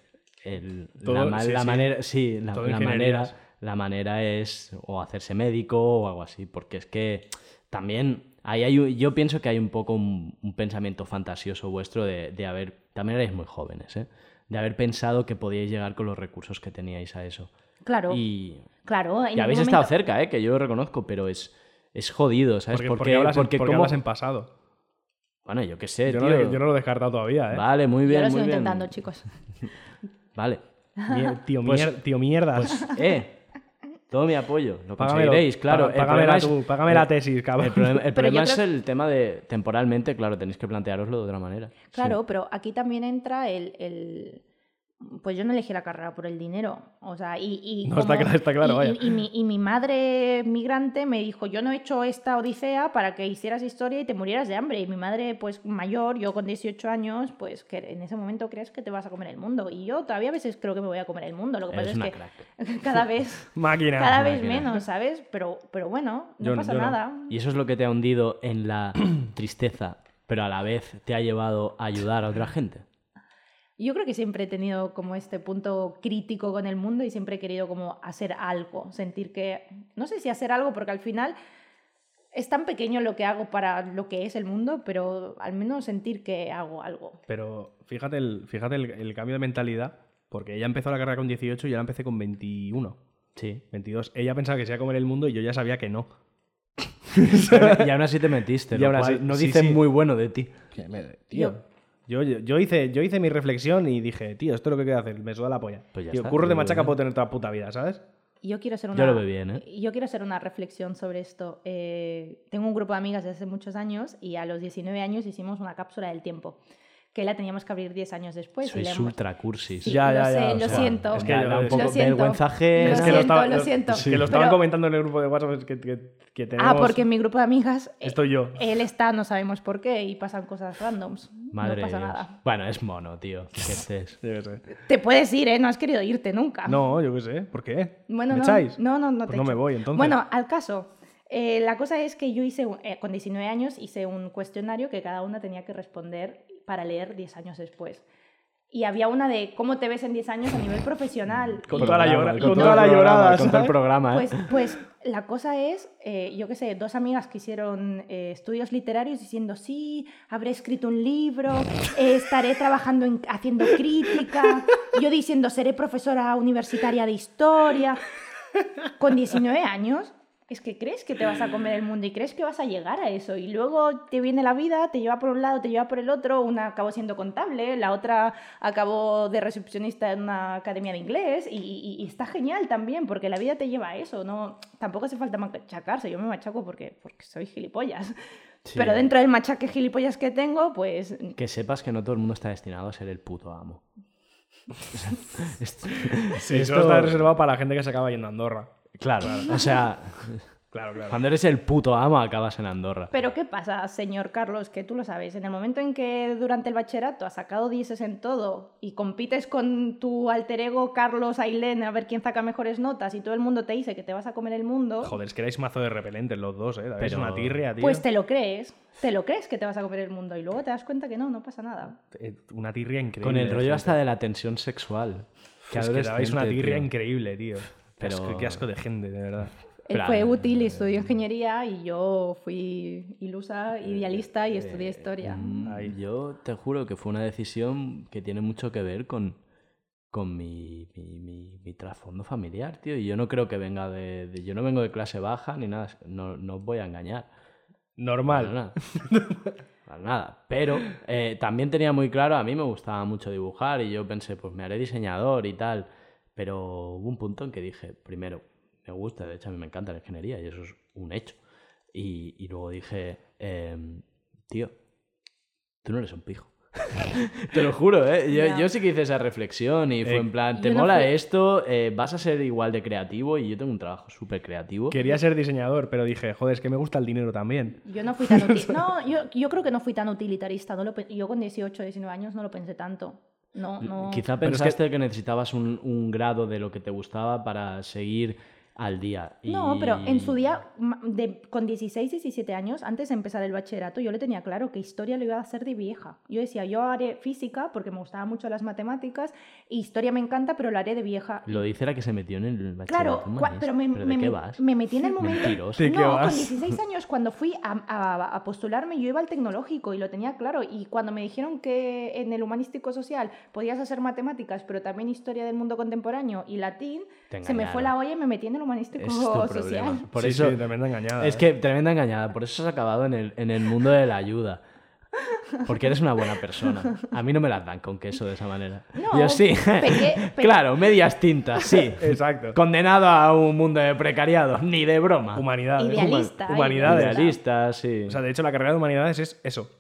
[SPEAKER 2] el-
[SPEAKER 1] Todo-
[SPEAKER 2] la, ma-
[SPEAKER 1] sí,
[SPEAKER 2] la
[SPEAKER 1] sí.
[SPEAKER 2] manera, sí, la,
[SPEAKER 1] Todo
[SPEAKER 2] la
[SPEAKER 1] ingenierías.
[SPEAKER 2] manera, la manera es o hacerse médico o algo así, porque es que también ahí hay, un- yo pienso que hay un poco un, un pensamiento fantasioso vuestro de, de haber, también erais muy jóvenes, ¿eh? de haber pensado que podíais llegar con los recursos que teníais a eso.
[SPEAKER 3] Claro,
[SPEAKER 2] Y
[SPEAKER 3] claro. en
[SPEAKER 2] y
[SPEAKER 3] un
[SPEAKER 2] habéis estado
[SPEAKER 3] momento-
[SPEAKER 2] cerca, ¿eh? que yo lo reconozco, pero es, es jodido, ¿sabes?
[SPEAKER 1] Porque,
[SPEAKER 2] Porque-
[SPEAKER 1] porque hablas, en-
[SPEAKER 2] porque
[SPEAKER 1] porque
[SPEAKER 2] como-
[SPEAKER 1] hablas en pasado.
[SPEAKER 2] Bueno, yo qué sé,
[SPEAKER 1] Yo no,
[SPEAKER 2] tío.
[SPEAKER 1] lo, yo no lo he descartado todavía, ¿eh?
[SPEAKER 2] Vale, muy
[SPEAKER 3] Yo
[SPEAKER 2] bien,
[SPEAKER 3] lo
[SPEAKER 2] muy
[SPEAKER 3] sigo
[SPEAKER 2] bien.
[SPEAKER 3] intentando, chicos.
[SPEAKER 2] Vale.
[SPEAKER 1] Mier- tío,
[SPEAKER 2] Pues-
[SPEAKER 1] mier- tío mierdas.
[SPEAKER 2] Eh, todo mi apoyo. Lo
[SPEAKER 1] Págamelo.
[SPEAKER 2] conseguiréis, claro.
[SPEAKER 1] Pá-
[SPEAKER 2] El
[SPEAKER 1] págamela
[SPEAKER 2] problema es-
[SPEAKER 1] tú, págame la tesis, cabrón.
[SPEAKER 2] El problema, el
[SPEAKER 3] Pero yo
[SPEAKER 2] problema es
[SPEAKER 3] creo-
[SPEAKER 2] el tema de temporalmente, claro, tenéis que plantearoslo de otra manera.
[SPEAKER 3] Claro, pero aquí también entra el, el- Pues yo no elegí la carrera por el dinero. O sea, y. y
[SPEAKER 1] No, está cla- está claro,
[SPEAKER 3] y-
[SPEAKER 1] vaya.
[SPEAKER 3] y- y mi, y mi madre migrante me dijo: Yo no he hecho esta odisea para que hicieras historia y te murieras de hambre. Y mi madre, pues mayor, yo con 18 años, pues que en ese momento crees que te vas a comer el mundo. Y yo todavía a veces creo que me voy a comer el mundo. Lo que
[SPEAKER 2] Eres
[SPEAKER 3] pasa es
[SPEAKER 2] una
[SPEAKER 3] que cada vez.
[SPEAKER 1] Máquina.
[SPEAKER 3] Cada vez
[SPEAKER 2] máquina.
[SPEAKER 3] menos, ¿sabes? Pero, pero bueno, no
[SPEAKER 1] Yo no,
[SPEAKER 3] pasa
[SPEAKER 1] yo no.
[SPEAKER 3] nada.
[SPEAKER 2] Y eso es lo que te ha hundido en la tristeza, pero a la vez te ha llevado a ayudar a otra gente.
[SPEAKER 3] Yo creo que siempre he tenido como este punto crítico con el mundo y siempre he querido como hacer algo, sentir que, no sé si hacer algo, porque al final es tan pequeño lo que hago para lo que es el mundo, pero al menos sentir que hago algo.
[SPEAKER 1] Pero fíjate, el, fíjate el, el cambio de mentalidad, porque ella empezó la carrera con 18 y yo la empecé con 21.
[SPEAKER 2] Sí.
[SPEAKER 1] 22. Ella pensaba que se iba a comer el mundo y yo ya sabía que no.
[SPEAKER 2] Y aún así te metiste,
[SPEAKER 1] Y
[SPEAKER 2] lo
[SPEAKER 1] aún
[SPEAKER 2] cual
[SPEAKER 1] así-
[SPEAKER 2] no
[SPEAKER 1] sí,
[SPEAKER 2] dice
[SPEAKER 1] sí.
[SPEAKER 2] muy bueno de ti.
[SPEAKER 1] Tío. Yo, yo, yo hice, yo hice mi reflexión y dije, tío, esto es lo que quiero hacer, me suda la polla.
[SPEAKER 2] Pues ya
[SPEAKER 1] tío,
[SPEAKER 2] está,
[SPEAKER 1] curro de
[SPEAKER 2] yo lo
[SPEAKER 1] machaca
[SPEAKER 2] veo.
[SPEAKER 1] puedo tener toda puta vida, ¿sabes?
[SPEAKER 3] Y Yo quiero hacer
[SPEAKER 2] Yo
[SPEAKER 3] una,
[SPEAKER 2] lo veo bien, ¿eh?
[SPEAKER 3] y Yo quiero hacer una reflexión sobre esto. Eh, tengo un grupo de amigas de hace muchos años y a los 19 años hicimos una cápsula del tiempo. que la teníamos que abrir 10 años después. y
[SPEAKER 2] Sois
[SPEAKER 3] la hemos-
[SPEAKER 2] ultra cursis.
[SPEAKER 3] Sí,
[SPEAKER 1] Ya,
[SPEAKER 3] lo
[SPEAKER 1] ya, ya,
[SPEAKER 3] sé,
[SPEAKER 1] o
[SPEAKER 3] lo
[SPEAKER 1] sea,
[SPEAKER 3] siento.
[SPEAKER 1] es que
[SPEAKER 2] Da-
[SPEAKER 1] yo-
[SPEAKER 2] da un
[SPEAKER 1] lo
[SPEAKER 2] poco
[SPEAKER 3] siento.
[SPEAKER 2] vergüenza ajena.
[SPEAKER 3] Es
[SPEAKER 1] que
[SPEAKER 3] lo
[SPEAKER 1] estaba-
[SPEAKER 3] siento, lo siento.
[SPEAKER 1] que lo estaban
[SPEAKER 3] Pero-
[SPEAKER 1] comentando en el grupo de WhatsApp que, que- que tenemos.
[SPEAKER 3] Ah, porque en mi grupo de amigas eh,
[SPEAKER 1] Estoy yo.
[SPEAKER 3] él está, no sabemos por qué, y pasan cosas randoms.
[SPEAKER 2] Madre
[SPEAKER 3] no pasa
[SPEAKER 2] de Dios.
[SPEAKER 3] nada.
[SPEAKER 2] Bueno, es mono, tío. Que estés.
[SPEAKER 1] Yo qué sé.
[SPEAKER 3] Te puedes ir, ¿eh? No has querido irte nunca.
[SPEAKER 1] No, yo qué sé. ¿Por qué?
[SPEAKER 3] Bueno,
[SPEAKER 1] ¿Me
[SPEAKER 3] no,
[SPEAKER 1] echáis?
[SPEAKER 3] no, no, no
[SPEAKER 1] Pues
[SPEAKER 3] te
[SPEAKER 1] no
[SPEAKER 3] echo.
[SPEAKER 1] me voy, entonces.
[SPEAKER 3] Bueno, al caso, eh, la cosa es que yo hice, un- eh, con 19 años, hice un cuestionario que cada una tenía que responder para leer 10 años después. Y había una de cómo te ves en 10 años a nivel profesional.
[SPEAKER 1] Con
[SPEAKER 3] Y-
[SPEAKER 1] toda la
[SPEAKER 2] Programa,
[SPEAKER 1] llora- con
[SPEAKER 2] todo
[SPEAKER 1] toda
[SPEAKER 2] el
[SPEAKER 1] la
[SPEAKER 2] programa,
[SPEAKER 1] llorada,
[SPEAKER 2] Con todo el
[SPEAKER 1] ¿sabes?
[SPEAKER 2] programa, ¿eh?
[SPEAKER 3] Pues, pues la cosa es, eh, yo qué sé, dos amigas que hicieron eh, estudios literarios diciendo, sí, habré escrito un libro, eh, estaré trabajando en- haciendo crítica, yo diciendo, seré profesora universitaria de historia, con 19 años. Es que crees que te vas a comer el mundo y crees que vas a llegar a eso. Y luego te viene la vida, te lleva por un lado, te lleva por el otro. Una acabó siendo contable, la otra acabó de recepcionista en una academia de inglés. Y, y- y está genial también, porque la vida te lleva a eso. No, tampoco hace falta machacarse. Yo me machaco porque, porque soy gilipollas.
[SPEAKER 2] Sí.
[SPEAKER 3] Pero dentro del machaque gilipollas que tengo, pues
[SPEAKER 2] Que sepas que no todo el mundo está destinado a ser el puto amo. O sea, esto-
[SPEAKER 1] Sí,
[SPEAKER 2] esto-
[SPEAKER 1] eso está reservado para la gente que se acaba yendo a Andorra.
[SPEAKER 2] Claro, o sea,
[SPEAKER 1] Claro, claro.
[SPEAKER 2] cuando eres el puto amo acabas en Andorra.
[SPEAKER 3] Pero ¿qué pasa, señor Carlos? Que tú lo sabes. En el momento en que durante el bachillerato has sacado dieces en todo y compites con tu alter ego Carlos Ailén a ver quién saca mejores notas y todo el mundo te dice que te vas a comer el mundo,
[SPEAKER 1] Joder, es que erais mazo de repelentes los dos, ¿eh? Es
[SPEAKER 2] Pero-
[SPEAKER 1] una tirria, tío.
[SPEAKER 3] pues te lo crees. Te lo crees que te vas a comer el mundo y luego te das cuenta que no, no pasa nada.
[SPEAKER 1] Eh, Una tirria increíble.
[SPEAKER 2] Con el rollo
[SPEAKER 1] gente.
[SPEAKER 2] hasta de la tensión sexual.
[SPEAKER 1] es que dabais una
[SPEAKER 2] adolescente,
[SPEAKER 1] tirria
[SPEAKER 2] tío.
[SPEAKER 1] increíble, tío. Qué asco-
[SPEAKER 2] Pero-
[SPEAKER 1] Qué asco de gente, de verdad.
[SPEAKER 3] Él
[SPEAKER 2] Pero-
[SPEAKER 3] fue útil, estudió ingeniería y yo fui ilusa, idealista y estudié historia.
[SPEAKER 2] Eh, Mm, Yo te juro que fue una decisión que tiene mucho que ver con, con mi, mi, mi- mi trasfondo familiar, tío. Y yo no creo que venga de, de- Yo no vengo de clase baja ni nada. No, no os voy a engañar.
[SPEAKER 1] Normal.
[SPEAKER 2] Para nada. Para nada. Pero eh, también tenía muy claro, a mí me gustaba mucho dibujar y yo pensé, pues me haré diseñador y tal. Pero hubo un punto en que dije, primero, me gusta, de hecho a mí me encanta la ingeniería y eso es un hecho. Y, y luego dije, em, tío, tú no eres un pijo. Te lo juro, ¿eh? Yo,
[SPEAKER 3] Ya.
[SPEAKER 2] yo sí que hice esa reflexión y fue
[SPEAKER 1] Eh,
[SPEAKER 2] en plan,
[SPEAKER 3] yo
[SPEAKER 2] te
[SPEAKER 3] no
[SPEAKER 2] mola
[SPEAKER 3] fui-
[SPEAKER 2] esto, Eh, vas a ser igual de creativo y yo tengo un trabajo súper creativo.
[SPEAKER 1] Quería ser diseñador, pero dije, joder, es que me gusta el dinero también.
[SPEAKER 3] Yo no fui tan util- No, yo, yo creo que no fui tan utilitarista. No lo pe- yo con 18, 19 años no lo pensé tanto. No, no.
[SPEAKER 2] Quizá
[SPEAKER 1] Pero es que-
[SPEAKER 2] pensaste que... necesitabas un, un grado de lo que te gustaba para seguir al día. y-
[SPEAKER 3] No, pero en su día, ma- de- con 16, 17 años, antes de empezar el bachillerato, yo le tenía claro que historia lo iba a hacer de vieja. Yo decía, yo haré física porque me gustaban mucho las matemáticas, y historia me encanta, pero lo haré de vieja.
[SPEAKER 2] Lo dice la que se metió en el
[SPEAKER 3] Claro,
[SPEAKER 2] bachillerato,
[SPEAKER 3] cua-
[SPEAKER 2] maestro.
[SPEAKER 3] pero me,
[SPEAKER 2] ¿de
[SPEAKER 3] me-
[SPEAKER 2] qué vas?
[SPEAKER 3] me metí en el momento.
[SPEAKER 2] Mentiroso.
[SPEAKER 1] ¿De qué
[SPEAKER 3] no,
[SPEAKER 1] vas?
[SPEAKER 3] con 16 años, cuando fui a, a- a postularme, yo iba al tecnológico y lo tenía claro. Y cuando me dijeron que en el humanístico social podías hacer matemáticas, pero también historia del mundo contemporáneo y latín,
[SPEAKER 2] Te
[SPEAKER 3] se me
[SPEAKER 2] engañaron.
[SPEAKER 3] fue la olla y me metí en el humanístico
[SPEAKER 2] Es tu problema.
[SPEAKER 3] social.
[SPEAKER 2] Por
[SPEAKER 1] Sí,
[SPEAKER 2] eso
[SPEAKER 1] sí, tremenda engañada.
[SPEAKER 2] es
[SPEAKER 1] ¿eh?
[SPEAKER 2] que tremenda engañada. Por eso has acabado en el, en el mundo de la ayuda. Porque eres una buena persona. A mí no me las dan con queso de esa manera.
[SPEAKER 3] No,
[SPEAKER 2] Yo sí.
[SPEAKER 3] pequé- pe-
[SPEAKER 2] Claro, medias tintas, sí.
[SPEAKER 1] Exacto.
[SPEAKER 2] Condenado a un mundo de precariados, ni de broma.
[SPEAKER 1] Humanidad. ¿eh?
[SPEAKER 3] Idealista,
[SPEAKER 1] Human- Humanidades.
[SPEAKER 3] idealista.
[SPEAKER 2] Idealista, sí.
[SPEAKER 1] O sea, de hecho, la carrera de humanidades es eso.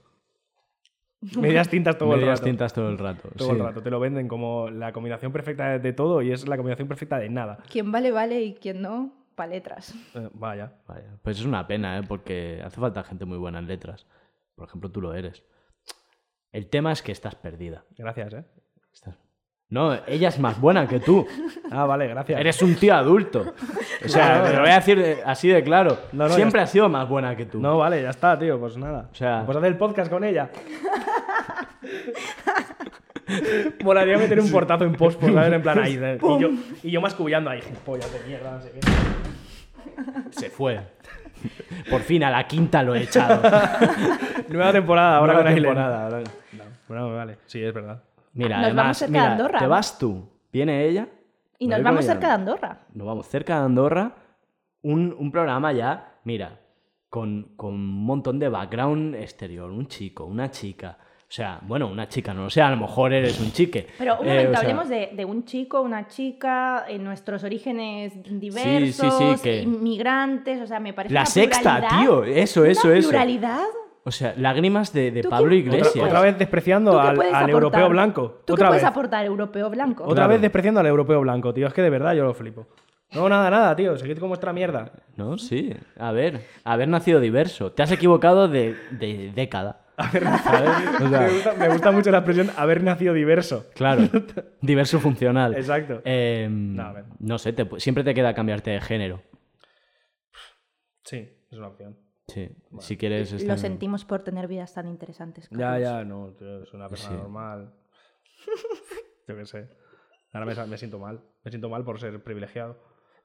[SPEAKER 1] Medias tintas todo el
[SPEAKER 2] medias
[SPEAKER 1] rato.
[SPEAKER 2] tintas todo el rato.
[SPEAKER 1] Todo
[SPEAKER 2] sí.
[SPEAKER 1] el rato. Te lo venden como la combinación perfecta de- de todo y es la combinación perfecta de nada.
[SPEAKER 3] Quien vale, vale y quien no, pa' letras.
[SPEAKER 1] Eh, vaya.
[SPEAKER 2] Vaya, Pues es una pena, ¿eh? porque hace falta gente muy buena en letras. Por ejemplo, tú lo eres. El tema es que estás perdida.
[SPEAKER 1] Gracias, ¿eh?
[SPEAKER 2] Estás- No, ella es más buena que tú.
[SPEAKER 1] Ah, vale, gracias.
[SPEAKER 2] Eres un tío adulto. O sea, te lo voy a decir de- así de claro.
[SPEAKER 1] No, no, ya
[SPEAKER 2] Siempre has sido más buena que tú.
[SPEAKER 1] No, vale, ya está, tío. Pues nada.
[SPEAKER 2] O sea-
[SPEAKER 1] Pues haz el podcast con ella. Molaría meter un portazo en post, por ¿sabes? En plan ahí. de- Y yo, y yo mascullando ahí. Polla de mierda, no sé qué.
[SPEAKER 2] Se fue. Por fin, a la quinta lo he echado.
[SPEAKER 1] Nueva temporada, ahora
[SPEAKER 2] Nueva
[SPEAKER 1] con Ailen.
[SPEAKER 2] temporada, ahora-
[SPEAKER 1] Bueno, vale. Sí, es verdad.
[SPEAKER 2] Mira,
[SPEAKER 3] Nos vamos
[SPEAKER 2] además,
[SPEAKER 3] cerca de
[SPEAKER 2] mira,
[SPEAKER 3] Andorra.
[SPEAKER 2] te vas tú, viene ella.
[SPEAKER 3] Y
[SPEAKER 2] me
[SPEAKER 3] nos
[SPEAKER 2] voy con
[SPEAKER 3] vamos
[SPEAKER 2] ella.
[SPEAKER 3] cerca de Andorra.
[SPEAKER 2] nos vamos cerca de Andorra, un, un programa ya, mira, con, con un montón de background exterior, un chico, una chica. O sea, bueno, una chica, no lo sé, a lo mejor eres un chique.
[SPEAKER 3] Pero un
[SPEAKER 2] Eh,
[SPEAKER 3] momento,
[SPEAKER 2] o sea,
[SPEAKER 3] hablemos de, de un chico, una chica, en nuestros orígenes diversos,
[SPEAKER 2] que-
[SPEAKER 3] inmigrantes, o sea, me parece
[SPEAKER 2] La
[SPEAKER 3] una
[SPEAKER 2] sexta,
[SPEAKER 3] pluralidad,
[SPEAKER 2] tío, eso, eso,
[SPEAKER 3] una
[SPEAKER 2] eso.
[SPEAKER 3] pluralidad
[SPEAKER 2] O sea, lágrimas de, de
[SPEAKER 3] ¿Tú
[SPEAKER 2] Pablo
[SPEAKER 3] qué- Otra-
[SPEAKER 1] Otra,
[SPEAKER 2] Iglesias.
[SPEAKER 1] otra vez despreciando
[SPEAKER 3] ¿Tú qué
[SPEAKER 1] al,
[SPEAKER 3] puedes
[SPEAKER 1] al
[SPEAKER 3] aportar?
[SPEAKER 1] europeo blanco.
[SPEAKER 3] ¿Tú
[SPEAKER 1] otra
[SPEAKER 3] qué puedes
[SPEAKER 1] vez.
[SPEAKER 3] aportar, europeo blanco?
[SPEAKER 1] Otra vez despreciando al europeo blanco, tío. Es que de verdad yo lo flipo. No, nada, nada, tío. Seguid con vuestra mierda.
[SPEAKER 2] No, sí. A ver, haber nacido diverso. Te has equivocado de, de década. ¿Sabes? O sea,
[SPEAKER 1] Me gusta, me gusta mucho la expresión haber nacido diverso.
[SPEAKER 2] claro, diverso funcional.
[SPEAKER 1] Exacto.
[SPEAKER 2] Em,
[SPEAKER 1] a ver.
[SPEAKER 2] no sé, te pu- siempre te queda cambiarte de género.
[SPEAKER 1] Sí, es una opción.
[SPEAKER 2] Sí, si quieres.
[SPEAKER 3] Lo
[SPEAKER 2] estar-
[SPEAKER 3] sentimos por tener vidas tan interesantes.
[SPEAKER 1] Ya,
[SPEAKER 3] Carlos.
[SPEAKER 1] ya, no. tío, es una persona normal. Yo qué sé. Ahora me, sa- me siento mal. Me siento mal por ser privilegiado.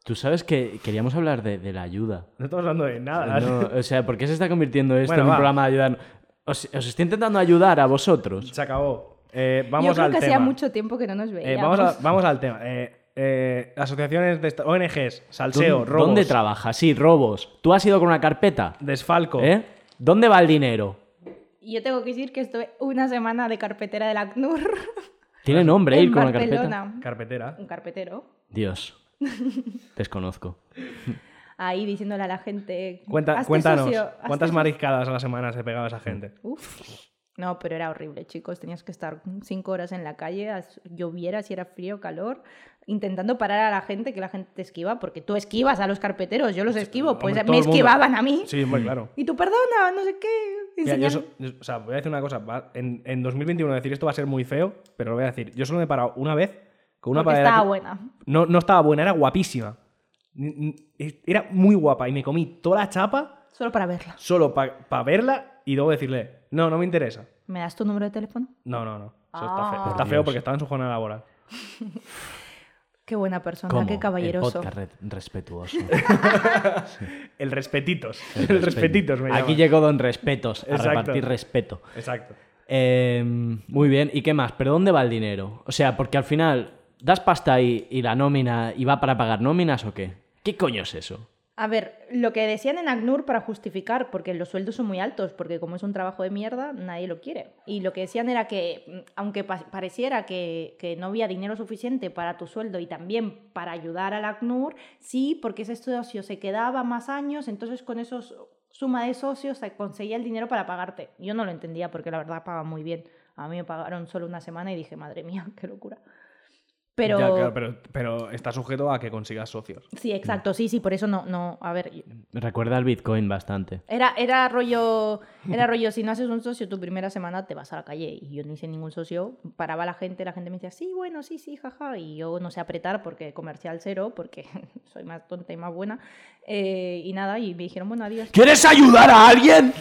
[SPEAKER 2] Tú sabes que queríamos hablar de, de la ayuda.
[SPEAKER 1] No estamos hablando de nada.
[SPEAKER 2] No, o sea, ¿por qué se está convirtiendo esto
[SPEAKER 1] Ah, Bueno,
[SPEAKER 2] en un
[SPEAKER 1] va.
[SPEAKER 2] programa de ayudar? Os, os estoy intentando ayudar a vosotros.
[SPEAKER 1] Se acabó. Eh, vamos
[SPEAKER 3] Yo creo
[SPEAKER 1] al
[SPEAKER 3] que
[SPEAKER 1] tema.
[SPEAKER 3] hacía mucho tiempo que pues. no nos
[SPEAKER 1] Eh,
[SPEAKER 3] veíamos.
[SPEAKER 1] vamos, a- vamos al tema. Eh, eh, asociaciones de esta- ONGs, salseo,
[SPEAKER 2] ¿Dónde-
[SPEAKER 1] robos,
[SPEAKER 2] ¿Dónde trabajas? Sí, robos. ¿Tú has ido con una carpeta?
[SPEAKER 1] desfalco.
[SPEAKER 2] ¿Eh? ¿Dónde va el dinero?
[SPEAKER 3] Y yo tengo que decir que estuve una semana de carpetera del ACNUR
[SPEAKER 2] Tiene nombre ir
[SPEAKER 3] en
[SPEAKER 2] con una
[SPEAKER 3] Barcelona.
[SPEAKER 2] carpeta.
[SPEAKER 1] Carpetera.
[SPEAKER 3] Un carpetero.
[SPEAKER 2] Dios. Desconozco.
[SPEAKER 3] Ahí diciéndole a la gente.
[SPEAKER 1] Cuenta,
[SPEAKER 3] "Hazte
[SPEAKER 1] cuéntanos,
[SPEAKER 3] socio, hazte
[SPEAKER 1] ¿cuántas
[SPEAKER 3] socio".
[SPEAKER 1] mariscadas a la semana se pegaba esa gente?
[SPEAKER 3] Uf. No, pero era horrible, chicos. Tenías que estar cinco horas en la calle, as- lloviera, si era frío, calor, intentando parar a la gente, que la gente te esquiva, porque tú esquivas a los carpeteros, yo los esquivo, pues
[SPEAKER 1] Hombre, todo
[SPEAKER 3] me
[SPEAKER 1] el mundo.
[SPEAKER 3] esquivaban a mí.
[SPEAKER 1] Sí, muy claro.
[SPEAKER 3] Y tú perdona, no sé qué.
[SPEAKER 1] Mira, yo
[SPEAKER 3] enseñan-
[SPEAKER 1] so- yo- o sea, voy a decir una cosa. va- en, en 2021 decir esto va a ser muy feo, pero lo voy a decir. Yo solo me he parado una vez con una
[SPEAKER 3] porque
[SPEAKER 1] panadera
[SPEAKER 3] estaba
[SPEAKER 1] que-
[SPEAKER 3] buena.
[SPEAKER 1] No, no estaba buena, era guapísima. Ni- ni- Era muy guapa y me comí toda la chapa
[SPEAKER 3] Solo para verla.
[SPEAKER 1] solo para verla y luego decirle, no, no me interesa.
[SPEAKER 3] ¿Me das tu número de teléfono?
[SPEAKER 1] No, no, no. Eso está feo.
[SPEAKER 3] Ah.
[SPEAKER 1] Está feo porque estaba en su jornada laboral.
[SPEAKER 3] Qué buena persona,
[SPEAKER 2] ¿Cómo?
[SPEAKER 3] qué
[SPEAKER 2] El
[SPEAKER 3] caballeroso.
[SPEAKER 2] podcast re- respetuoso.
[SPEAKER 1] El respetitos. El respetitos me
[SPEAKER 2] Aquí
[SPEAKER 1] llaman.
[SPEAKER 2] llegó Don Respetos a
[SPEAKER 1] Exacto.
[SPEAKER 2] repartir respeto.
[SPEAKER 1] Exacto.
[SPEAKER 2] Eh, muy bien, ¿y qué más? ¿Pero dónde va el dinero? O sea, porque al final, ¿das pasta ahí y la nómina y va para pagar nóminas o qué? ¿Qué coño es eso?
[SPEAKER 3] A ver, lo que decían en ACNUR para justificar, porque los sueldos son muy altos, porque como es un trabajo de mierda, nadie lo quiere. Y lo que decían era que, mm, aunque pa- pareciera que, que no había dinero suficiente para tu sueldo y también para ayudar al ACNUR, sí, porque ese socio se quedaba más años, entonces con esos suma de socios se conseguía el dinero para pagarte. Yo no lo entendía porque la verdad paga muy bien. A mí me pagaron solo una semana y dije, madre mía, qué locura. Pero,
[SPEAKER 1] Ya, claro, pero, pero está sujeto a que consigas socios.
[SPEAKER 3] sí, exacto, sí, sí, por eso no, no, a ver,
[SPEAKER 2] Me recuerda al Bitcoin bastante.
[SPEAKER 3] Era, era rollo, era rollo, si no haces un socio tu primera semana te vas a la calle y yo no hice ningún socio, paraba la gente, la gente me decía, sí, bueno, sí, sí, jaja, y yo no sé apretar porque comercial cero, porque soy más tonta y más buena, eh, y nada, y me dijeron, bueno, adiós.
[SPEAKER 2] ¿Quieres ayudar a alguien?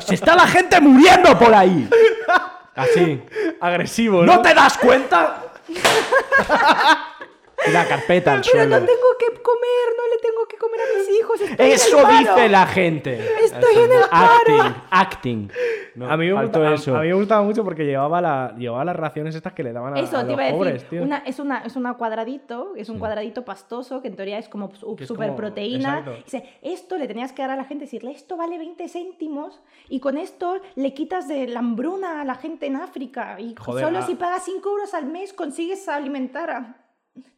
[SPEAKER 2] ¡Se está la gente muriendo por ahí! Así.
[SPEAKER 1] Agresivo, ¿no?
[SPEAKER 2] te das cuenta? y la carpeta al
[SPEAKER 3] Pero no
[SPEAKER 2] suelo.
[SPEAKER 3] tengo que comer, no le tengo que comer a mis hijos. estoy en
[SPEAKER 2] Eso
[SPEAKER 3] el paro".
[SPEAKER 2] dice la gente.
[SPEAKER 3] Estoy en el
[SPEAKER 2] Acting, acting. No,
[SPEAKER 1] a, mí me
[SPEAKER 2] faltó
[SPEAKER 1] gusta- a-
[SPEAKER 2] eso.
[SPEAKER 1] a mí me gustaba mucho porque llevaba, la, llevaba las raciones estas que le daban a,
[SPEAKER 3] Eso
[SPEAKER 1] a
[SPEAKER 3] te
[SPEAKER 1] los
[SPEAKER 3] iba a decir.
[SPEAKER 1] pobres, tío.
[SPEAKER 3] Una, es, una, es una cuadradito, es un cuadradito pastoso que en teoría es como
[SPEAKER 1] Que es
[SPEAKER 3] super proteína.
[SPEAKER 1] como- exacto.
[SPEAKER 3] Dice, esto le tenías que dar a la gente, decirle, esto vale 20 céntimos y con esto le quitas de la hambruna a la gente en África. Y
[SPEAKER 1] Joder,
[SPEAKER 3] solo
[SPEAKER 1] ah.
[SPEAKER 3] si pagas 5 euros al mes consigues alimentar a...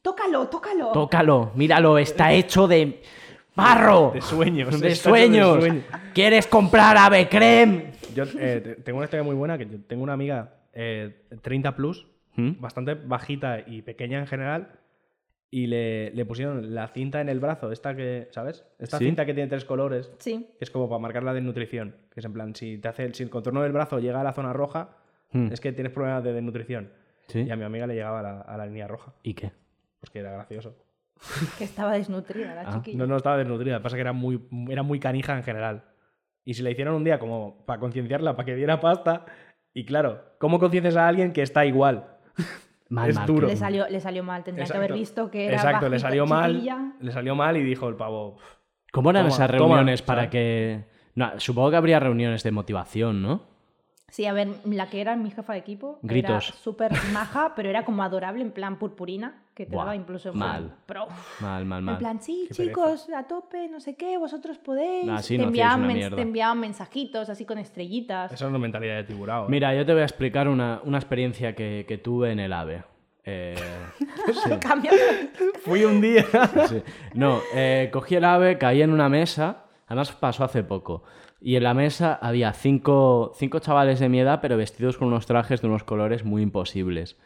[SPEAKER 3] Tócalo, tócalo.
[SPEAKER 2] Tócalo, míralo, está hecho de barro.
[SPEAKER 1] De sueños,
[SPEAKER 2] De
[SPEAKER 1] está hecho de
[SPEAKER 2] sueños.
[SPEAKER 1] sueños.
[SPEAKER 2] ¿Quieres comprar ave creme?
[SPEAKER 1] Yo eh, te- tengo una historia muy buena que yo tengo una amiga eh, 30 plus,
[SPEAKER 2] ¿Mm?
[SPEAKER 1] bastante bajita y pequeña en general, y le, le pusieron la cinta en el brazo, esta que, ¿sabes? Esta
[SPEAKER 2] Sí.
[SPEAKER 1] cinta que tiene tres colores,
[SPEAKER 3] Sí.
[SPEAKER 1] que es como para marcar la desnutrición, que es en plan, si te hace, si el contorno del brazo llega a la zona roja,
[SPEAKER 2] Hmm.
[SPEAKER 1] es que tienes problemas de desnutrición.
[SPEAKER 2] ¿Sí?
[SPEAKER 1] Y a mi amiga le llegaba a la, a la línea roja,
[SPEAKER 2] ¿Y qué?
[SPEAKER 1] pues que era gracioso.
[SPEAKER 3] Que estaba desnutrida la
[SPEAKER 2] Ah.
[SPEAKER 3] chiquilla.
[SPEAKER 1] No, no estaba desnutrida, pasa que era muy, era muy canija en general. Y si la hicieron un día como para concienciarla, para que diera pasta, y claro, ¿cómo conciencias a alguien que está igual?
[SPEAKER 2] Mal
[SPEAKER 1] Es
[SPEAKER 2] marketing.
[SPEAKER 1] duro.
[SPEAKER 3] Le salió, le salió mal, tendría que haber visto que era
[SPEAKER 1] Exacto, le
[SPEAKER 3] bajita,
[SPEAKER 1] salió mal.
[SPEAKER 3] chiquilla.
[SPEAKER 1] Le salió mal y dijo el pavo. "Pf,
[SPEAKER 2] ¿Cómo eran
[SPEAKER 1] Toma,
[SPEAKER 2] esas
[SPEAKER 1] toma,
[SPEAKER 2] reuniones para
[SPEAKER 1] ¿sabes?
[SPEAKER 2] que.? No, supongo que habría reuniones de motivación, ¿no?
[SPEAKER 3] Sí, a ver, la que era mi jefa de equipo
[SPEAKER 2] Gritos.
[SPEAKER 3] era súper maja, pero era como adorable en plan purpurina, que te
[SPEAKER 2] Buah,
[SPEAKER 3] daba incluso en
[SPEAKER 2] mal.
[SPEAKER 3] plan pro.
[SPEAKER 2] Mal, mal, mal.
[SPEAKER 3] En plan, sí,
[SPEAKER 1] Qué
[SPEAKER 3] chicos, a tope, no sé qué, vosotros podéis.
[SPEAKER 2] Ah, sí,
[SPEAKER 3] te,
[SPEAKER 2] no hacíais
[SPEAKER 3] enviaban
[SPEAKER 2] una
[SPEAKER 3] mens-
[SPEAKER 2] mierda.
[SPEAKER 3] te enviaban mensajitos así con estrellitas.
[SPEAKER 1] Esa es la mentalidad de tiburao. ¿eh?".
[SPEAKER 2] Mira, yo te voy a explicar una, una experiencia que, que tuve en el AVE. Eh,
[SPEAKER 3] Cambia-
[SPEAKER 1] Fui un día.
[SPEAKER 2] sí. No, eh, cogí el AVE, caí en una mesa. Además pasó hace poco. Y en la mesa había cinco, cinco chavales de mi edad, pero vestidos con unos trajes de unos colores muy imposibles.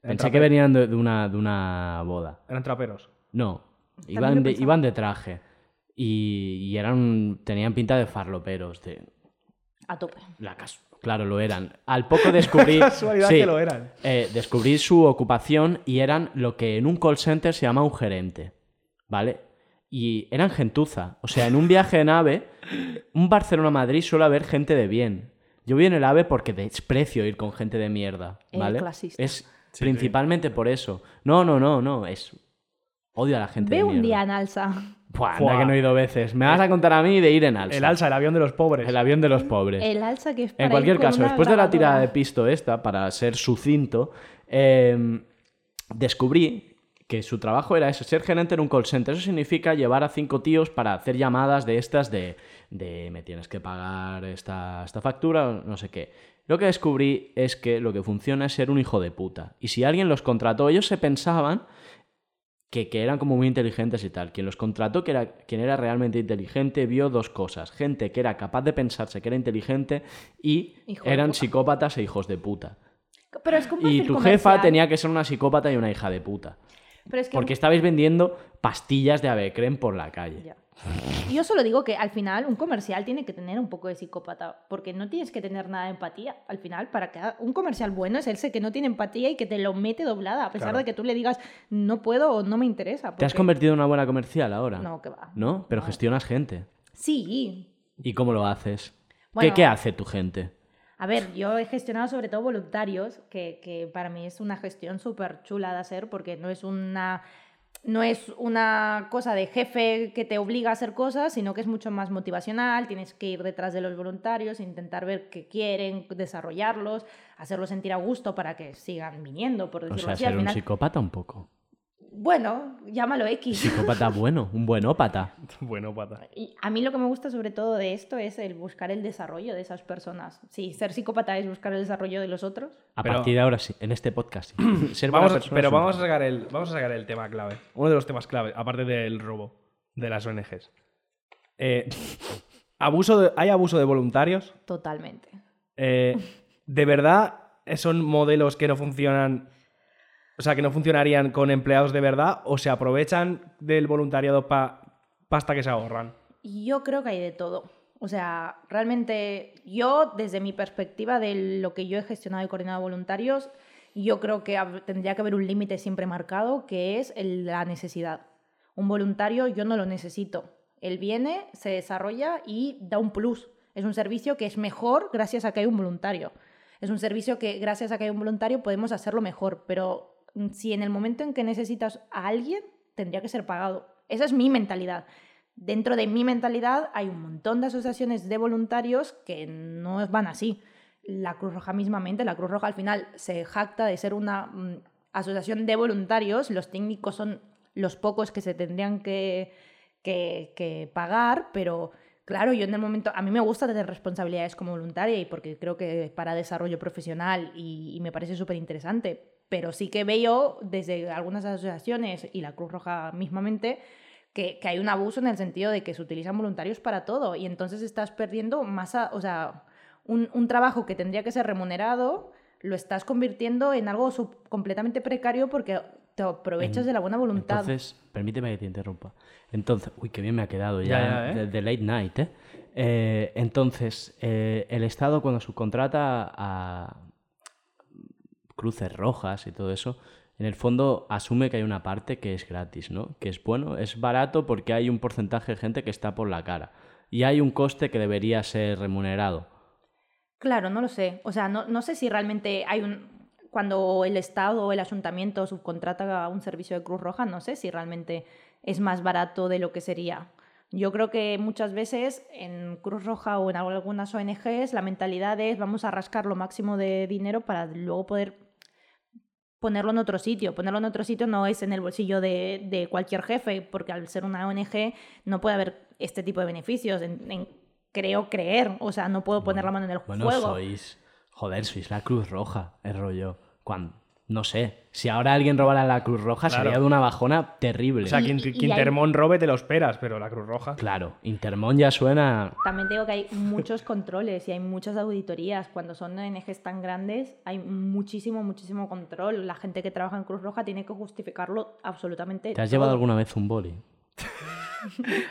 [SPEAKER 2] Pensé que
[SPEAKER 1] trape-
[SPEAKER 2] venían de, de una, de una boda.
[SPEAKER 1] Eran traperos.
[SPEAKER 2] No,
[SPEAKER 3] También lo
[SPEAKER 2] iban de,
[SPEAKER 3] pensaba.
[SPEAKER 2] iban de traje. Y, y eran tenían pinta de farloperos, de
[SPEAKER 3] A tope.
[SPEAKER 2] la cas- Claro, lo eran. Al poco descubrí.
[SPEAKER 1] casualidad
[SPEAKER 2] sí,
[SPEAKER 1] que lo eran.
[SPEAKER 2] eh, descubrí su ocupación y eran lo que en un call center se llama un gerente. ¿Vale? Y eran gentuza. O sea, en un viaje en AVE, un Barcelona-Madrid suele haber gente de bien. Yo voy en el AVE porque desprecio ir con gente de mierda.
[SPEAKER 3] El
[SPEAKER 2] ¿Vale?
[SPEAKER 3] clasista.
[SPEAKER 2] Es principalmente por eso. No, no, no, no. Es. Odio a la gente
[SPEAKER 3] Ve
[SPEAKER 2] de
[SPEAKER 3] un
[SPEAKER 2] mierda.
[SPEAKER 3] día en Alsa.
[SPEAKER 2] Buah,
[SPEAKER 1] Buah.
[SPEAKER 2] anda que no he ido veces. Me vas a contar a mí de ir en alza.
[SPEAKER 1] El alza, el avión de los pobres.
[SPEAKER 2] El avión de los pobres.
[SPEAKER 3] El Alsa que es para
[SPEAKER 2] En
[SPEAKER 3] ir
[SPEAKER 2] cualquier
[SPEAKER 3] con
[SPEAKER 2] caso,
[SPEAKER 3] una
[SPEAKER 2] después de la tirada de
[SPEAKER 3] grabadora.
[SPEAKER 2] pisto esta, para ser sucinto, eh, descubrí que su trabajo era eso, ser gerente en un call center. Eso significa llevar a cinco tíos para hacer llamadas de estas de, de me tienes que pagar esta, esta factura, o no sé qué. Lo que descubrí es que lo que funciona es ser un hijo de puta. Y si alguien los contrató, ellos se pensaban que, que eran como muy inteligentes y tal. Quien los contrató, que era, quien era realmente inteligente, vio dos cosas. Gente que era capaz de pensarse que era inteligente y
[SPEAKER 3] Hijo de
[SPEAKER 2] eran
[SPEAKER 3] puta.
[SPEAKER 2] psicópatas e hijos de puta.
[SPEAKER 3] Pero es que un
[SPEAKER 2] Y
[SPEAKER 3] perfil
[SPEAKER 2] tu jefa
[SPEAKER 3] comercial-
[SPEAKER 2] tenía que ser una psicópata y una hija de puta.
[SPEAKER 3] Pero es que
[SPEAKER 2] Porque estabais vendiendo pastillas de Avecren por la calle.
[SPEAKER 3] Ya. Yo solo digo que al final un comercial tiene que tener un poco de psicópata, porque no tienes que tener nada de empatía. Al final, para que haga- un comercial bueno es ese que no tiene empatía y que te lo mete doblada, a pesar de que tú le digas no puedo o no me interesa.
[SPEAKER 2] ¿Te has
[SPEAKER 3] porque-
[SPEAKER 2] convertido en una buena comercial ahora?
[SPEAKER 3] No, que va.
[SPEAKER 2] ¿No? Pero
[SPEAKER 3] No.
[SPEAKER 2] gestionas gente.
[SPEAKER 3] Sí.
[SPEAKER 2] ¿Y cómo lo haces? ¿Qué,
[SPEAKER 3] Bueno.
[SPEAKER 2] ¿Qué hace tu gente?
[SPEAKER 3] A ver, yo he gestionado sobre todo voluntarios, que, que para mí es una gestión súper chula de hacer porque no es una... No es una cosa de jefe que te obliga a hacer cosas, sino que es mucho más motivacional, tienes que ir detrás de los voluntarios, intentar ver qué quieren, desarrollarlos, hacerlos sentir a gusto para que sigan viniendo, por
[SPEAKER 2] O
[SPEAKER 3] decirlo
[SPEAKER 2] sea,
[SPEAKER 3] así.
[SPEAKER 2] ser
[SPEAKER 3] Pues Al
[SPEAKER 2] un
[SPEAKER 3] final,
[SPEAKER 2] psicópata un poco.
[SPEAKER 3] bueno, llámalo X.
[SPEAKER 2] Psicópata bueno, un buenópata.
[SPEAKER 1] Bueno, pata.
[SPEAKER 3] Y a mí lo que me gusta sobre todo de esto es el buscar el desarrollo de esas personas. Sí, ser psicópata es buscar el desarrollo de los otros.
[SPEAKER 2] A
[SPEAKER 1] Pero-
[SPEAKER 2] partir de ahora sí, en este podcast sí. Ser buena
[SPEAKER 1] Vamos a-
[SPEAKER 2] persona
[SPEAKER 1] pero
[SPEAKER 2] es un-
[SPEAKER 1] vamos a, sacar el, vamos a sacar el tema clave. Uno de los temas clave, aparte del robo de las ONGs. Eh, abuso de- ¿Hay abuso de voluntarios?
[SPEAKER 3] Totalmente.
[SPEAKER 1] Eh, ¿De verdad son modelos que no funcionan? O sea, que no funcionarían con empleados de verdad o se aprovechan del voluntariado para pasta que se ahorran.
[SPEAKER 3] Y Yo creo que hay de todo. O sea, realmente yo, desde mi perspectiva de lo que yo he gestionado y coordinado voluntarios, yo creo que hab- tendría que haber un límite siempre marcado, que es el- la necesidad. Un voluntario yo no lo necesito. Él viene, se desarrolla y da un plus. Es un servicio que es mejor gracias a que hay un voluntario. Es un servicio que gracias a que hay un voluntario podemos hacerlo mejor, pero mm, si en el momento en que necesitas a alguien, tendría que ser pagado. Esa es mi mentalidad. Dentro de mi mentalidad hay un montón de asociaciones de voluntarios que no van así. La Cruz Roja mismamente, la Cruz Roja al final se jacta de ser una mm, asociación de voluntarios, los técnicos son los pocos que se tendrían que, que, que pagar, pero claro, yo en el momento, a mí me gusta tener responsabilidades como voluntaria y porque creo que para desarrollo profesional y, y me parece súper interesante, pero sí que veo desde algunas asociaciones y la Cruz Roja mismamente que, que hay un abuso en el sentido de que se utilizan voluntarios para todo y entonces estás perdiendo masa, o sea, un, un trabajo que tendría que ser remunerado lo estás convirtiendo en algo sub- completamente precario porque te aprovechas de la buena voluntad.
[SPEAKER 2] Entonces, permíteme que te interrumpa. Entonces, uy, qué bien me ha quedado ya,
[SPEAKER 1] Ya, ya, ¿eh?
[SPEAKER 2] de, de late night, ¿eh? Eh, entonces, eh, el Estado cuando subcontrata a cruces rojas y todo eso, en el fondo asume que hay una parte que es gratis, ¿no? Que es bueno, es barato porque hay un porcentaje de gente que está por la cara. Y hay un coste que debería ser remunerado.
[SPEAKER 3] Claro, no lo sé. O sea, no, no sé si realmente hay un... Cuando el Estado o el ayuntamiento subcontrata un servicio de Cruz Roja, no sé si realmente es más barato de lo que sería. Yo creo que muchas veces en Cruz Roja o en algunas ONGs la mentalidad es vamos a rascar lo máximo de dinero para luego poder ponerlo en otro sitio. Ponerlo en otro sitio no es en el bolsillo de, de cualquier jefe, porque al ser una ONG no puede haber este tipo de beneficios. En- en- creo creer, o sea, no puedo poner la mano en el
[SPEAKER 2] Bueno,
[SPEAKER 3] fuego.
[SPEAKER 2] sois. Joder, sois la Cruz Roja, es rollo. Cuando, No sé. Si ahora alguien robara la Cruz Roja,
[SPEAKER 1] Claro.
[SPEAKER 2] sería de una bajona terrible.
[SPEAKER 1] O sea,
[SPEAKER 3] Y-
[SPEAKER 1] que,
[SPEAKER 3] y-
[SPEAKER 1] Inter-
[SPEAKER 3] y
[SPEAKER 1] que
[SPEAKER 3] hay-
[SPEAKER 1] Intermón robe te lo esperas, pero la Cruz Roja.
[SPEAKER 2] Claro, Intermón ya suena.
[SPEAKER 3] También digo que hay muchos controles y hay muchas auditorías. Cuando son ONGs tan grandes, hay muchísimo, muchísimo control. La gente que trabaja en Cruz Roja tiene que justificarlo absolutamente.
[SPEAKER 2] ¿Te has
[SPEAKER 3] todo.
[SPEAKER 2] llevado alguna vez un boli?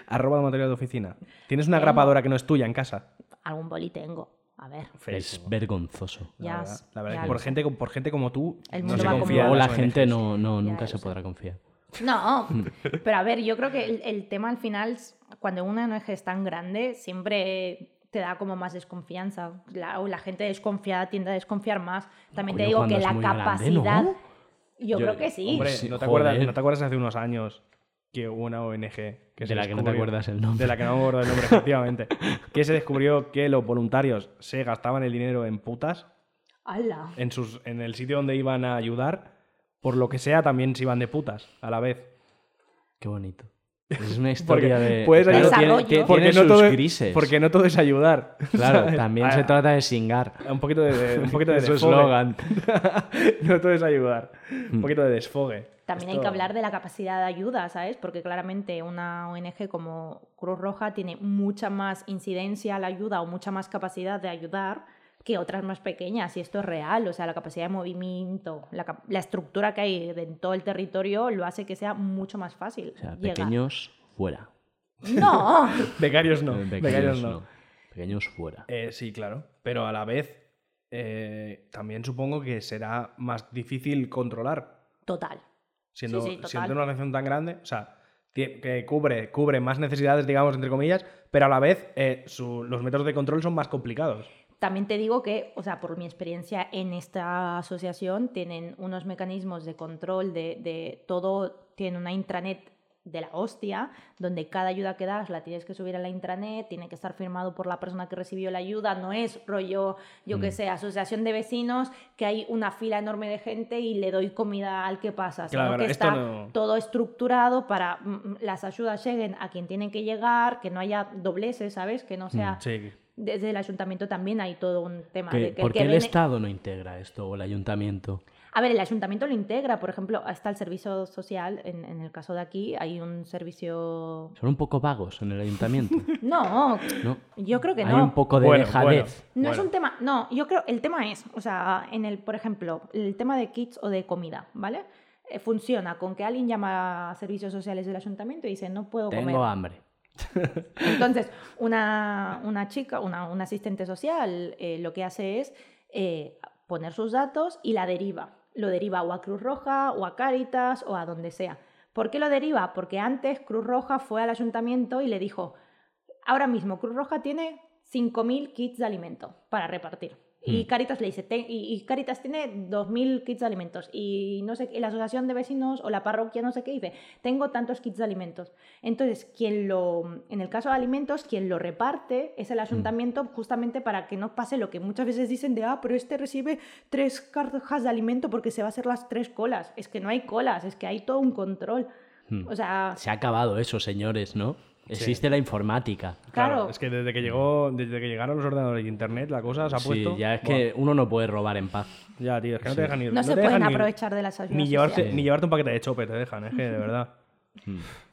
[SPEAKER 1] Has robado material de oficina. Tienes una grapadora que no es tuya en casa.
[SPEAKER 3] Algún boli tengo. A ver.
[SPEAKER 2] Es vergonzoso.
[SPEAKER 1] La
[SPEAKER 3] ya.
[SPEAKER 1] verdad, la verdad
[SPEAKER 3] ya
[SPEAKER 1] que
[SPEAKER 3] lo
[SPEAKER 1] por
[SPEAKER 3] sé.
[SPEAKER 1] gente, por gente como tú,
[SPEAKER 3] El
[SPEAKER 1] no
[SPEAKER 3] mundo
[SPEAKER 1] se
[SPEAKER 3] va como
[SPEAKER 1] confía. en
[SPEAKER 2] Luego la
[SPEAKER 1] las
[SPEAKER 2] gente
[SPEAKER 1] ONGs.
[SPEAKER 2] no, no,
[SPEAKER 3] Ya,
[SPEAKER 2] nunca se
[SPEAKER 3] eso.
[SPEAKER 2] podrá confiar.
[SPEAKER 3] No, pero a ver, yo creo que el, el tema al final, es- cuando una ONG es tan grande, siempre te da como más desconfianza. La, o la gente desconfiada tiende a desconfiar más. También
[SPEAKER 2] Coño,
[SPEAKER 3] te digo
[SPEAKER 2] cuando
[SPEAKER 3] que
[SPEAKER 2] es
[SPEAKER 3] la
[SPEAKER 2] muy
[SPEAKER 3] capacidad.
[SPEAKER 2] grande, ¿no?
[SPEAKER 3] Yo,
[SPEAKER 2] Yo-
[SPEAKER 3] creo que sí.
[SPEAKER 1] Hombre,
[SPEAKER 2] Sí,
[SPEAKER 1] ¿no, te
[SPEAKER 2] joder.
[SPEAKER 1] acuerdas, ¿no te acuerdas hace unos años que hubo una ONG que
[SPEAKER 2] De
[SPEAKER 1] se
[SPEAKER 2] la que no te
[SPEAKER 1] descubrió-
[SPEAKER 2] acuerdas el nombre.
[SPEAKER 1] De la que no me acuerdo el nombre, efectivamente. Que se descubrió que los voluntarios se gastaban el dinero en putas
[SPEAKER 3] ¡Hala!
[SPEAKER 1] en, sus, en el sitio donde iban a ayudar. Por lo que sea, también se iban de putas a la vez.
[SPEAKER 2] Qué bonito. Es una
[SPEAKER 1] Porque
[SPEAKER 2] historia de.
[SPEAKER 1] puedes
[SPEAKER 2] Claro,
[SPEAKER 1] ayudar-
[SPEAKER 2] tiene,
[SPEAKER 3] Desarrollo.
[SPEAKER 2] tiene-
[SPEAKER 1] porque
[SPEAKER 2] tiene
[SPEAKER 1] no
[SPEAKER 2] sus
[SPEAKER 1] todo es-
[SPEAKER 2] grises.
[SPEAKER 1] Porque no todo es ayudar.
[SPEAKER 2] Claro,
[SPEAKER 1] ¿sabes?
[SPEAKER 2] también
[SPEAKER 1] Ah,
[SPEAKER 2] se trata de singar.
[SPEAKER 1] Un poquito de, de- un poquito de
[SPEAKER 2] Es su
[SPEAKER 1] desfogue.
[SPEAKER 2] eslogan.
[SPEAKER 1] no todo es ayudar. Un poquito de desfogue.
[SPEAKER 3] También hay que hablar de la capacidad de ayuda, ¿sabes? Porque claramente una ONG como Cruz Roja tiene mucha más incidencia a la ayuda o mucha más capacidad de ayudar que otras más pequeñas. Y esto es real, o sea, la capacidad de movimiento, la, cap- la estructura que hay de- en todo el territorio lo hace que sea mucho más fácil.
[SPEAKER 2] O sea,
[SPEAKER 3] llegar.
[SPEAKER 2] pequeños fuera.
[SPEAKER 3] No,
[SPEAKER 1] Becarios
[SPEAKER 2] Eh,
[SPEAKER 1] no. Becarios, no.
[SPEAKER 2] Pequeños fuera.
[SPEAKER 1] Eh, sí, claro. Pero a la vez, eh, también supongo que será más difícil controlar.
[SPEAKER 3] total.
[SPEAKER 1] Siendo,
[SPEAKER 3] Sí, sí, total.
[SPEAKER 1] siendo una organización tan grande, o sea, tie- que cubre, cubre más necesidades, digamos, entre comillas, pero a la vez eh, su- los métodos de control son más complicados.
[SPEAKER 3] También te digo que, o sea, por mi experiencia en esta asociación, tienen unos mecanismos de control de, de todo, tienen una intranet de la hostia, donde cada ayuda que das la tienes que subir a la intranet, tiene que estar firmado por la persona que recibió la ayuda, no es rollo, yo
[SPEAKER 1] Mm.
[SPEAKER 3] qué sé, asociación de vecinos, que hay una fila enorme de gente y le doy comida al que pasa, sino
[SPEAKER 1] Claro,
[SPEAKER 3] que
[SPEAKER 1] esto
[SPEAKER 3] está
[SPEAKER 1] no-
[SPEAKER 3] todo estructurado para mm, las ayudas lleguen a quien tienen que llegar, que no haya dobleces, ¿sabes? Que no sea
[SPEAKER 1] Sí.
[SPEAKER 3] desde el ayuntamiento también hay todo un tema
[SPEAKER 2] ¿Qué-
[SPEAKER 3] de que,
[SPEAKER 2] ¿Por
[SPEAKER 3] que
[SPEAKER 2] qué el
[SPEAKER 3] viene-
[SPEAKER 2] Estado no integra esto o el ayuntamiento?
[SPEAKER 3] A ver, el ayuntamiento lo integra, por ejemplo, está el servicio social, en, en el caso de aquí hay un servicio...
[SPEAKER 2] Son un poco vagos en el ayuntamiento.
[SPEAKER 3] No,
[SPEAKER 2] ¿no?
[SPEAKER 3] yo creo que
[SPEAKER 2] Hay
[SPEAKER 3] no.
[SPEAKER 2] un poco de
[SPEAKER 1] Bueno,
[SPEAKER 2] dejadez.
[SPEAKER 3] No
[SPEAKER 1] bueno.
[SPEAKER 3] es un tema, no, yo creo, el tema es, o sea, en el, por ejemplo, el tema de kits o de comida, ¿vale? Eh, Funciona con que alguien llama a servicios sociales del ayuntamiento y dice, no puedo comer.
[SPEAKER 2] Tengo hambre.
[SPEAKER 3] Entonces, una, una chica, una, una asistente social, eh, lo que hace es eh, poner sus datos y la deriva. Lo deriva o a Cruz Roja, o a Cáritas, o a donde sea. ¿Por qué lo deriva? Porque antes Cruz Roja fue al ayuntamiento y le dijo, ahora mismo Cruz Roja tiene 5.000 kits de alimento para repartir.
[SPEAKER 1] Mm.
[SPEAKER 3] Y Caritas le dice, "Ten- y, y Caritas tiene 2.000 kits de alimentos. Y no sé, qué, la asociación de vecinos o la parroquia, no sé qué, dice, tengo tantos kits de alimentos. Entonces, quien lo, en el caso de alimentos, quien lo reparte es
[SPEAKER 1] Mm.
[SPEAKER 3] el ayuntamiento justamente para que no pase lo que muchas veces dicen de, ah, pero este recibe tres cajas de alimento porque se va a hacer las tres colas. Es que no hay colas, es que hay todo un control.
[SPEAKER 1] Mm.
[SPEAKER 3] O sea,
[SPEAKER 2] Se ha acabado eso, señores, ¿no? Existe la informática.
[SPEAKER 3] claro.
[SPEAKER 1] Es que desde que llegó, desde que llegaron los ordenadores de internet, la cosa se ha
[SPEAKER 2] Sí,
[SPEAKER 1] puesto.
[SPEAKER 2] ya es que uno no puede robar en paz.
[SPEAKER 1] Buah, ya, tío, es que no te dejan ir.
[SPEAKER 3] No, se
[SPEAKER 1] te
[SPEAKER 3] pueden
[SPEAKER 1] dejan ir.
[SPEAKER 3] aprovechar de las ayudas
[SPEAKER 1] Ni llevarte,
[SPEAKER 3] sociales.
[SPEAKER 1] ni llevarte un paquete de chope te dejan, es que de verdad.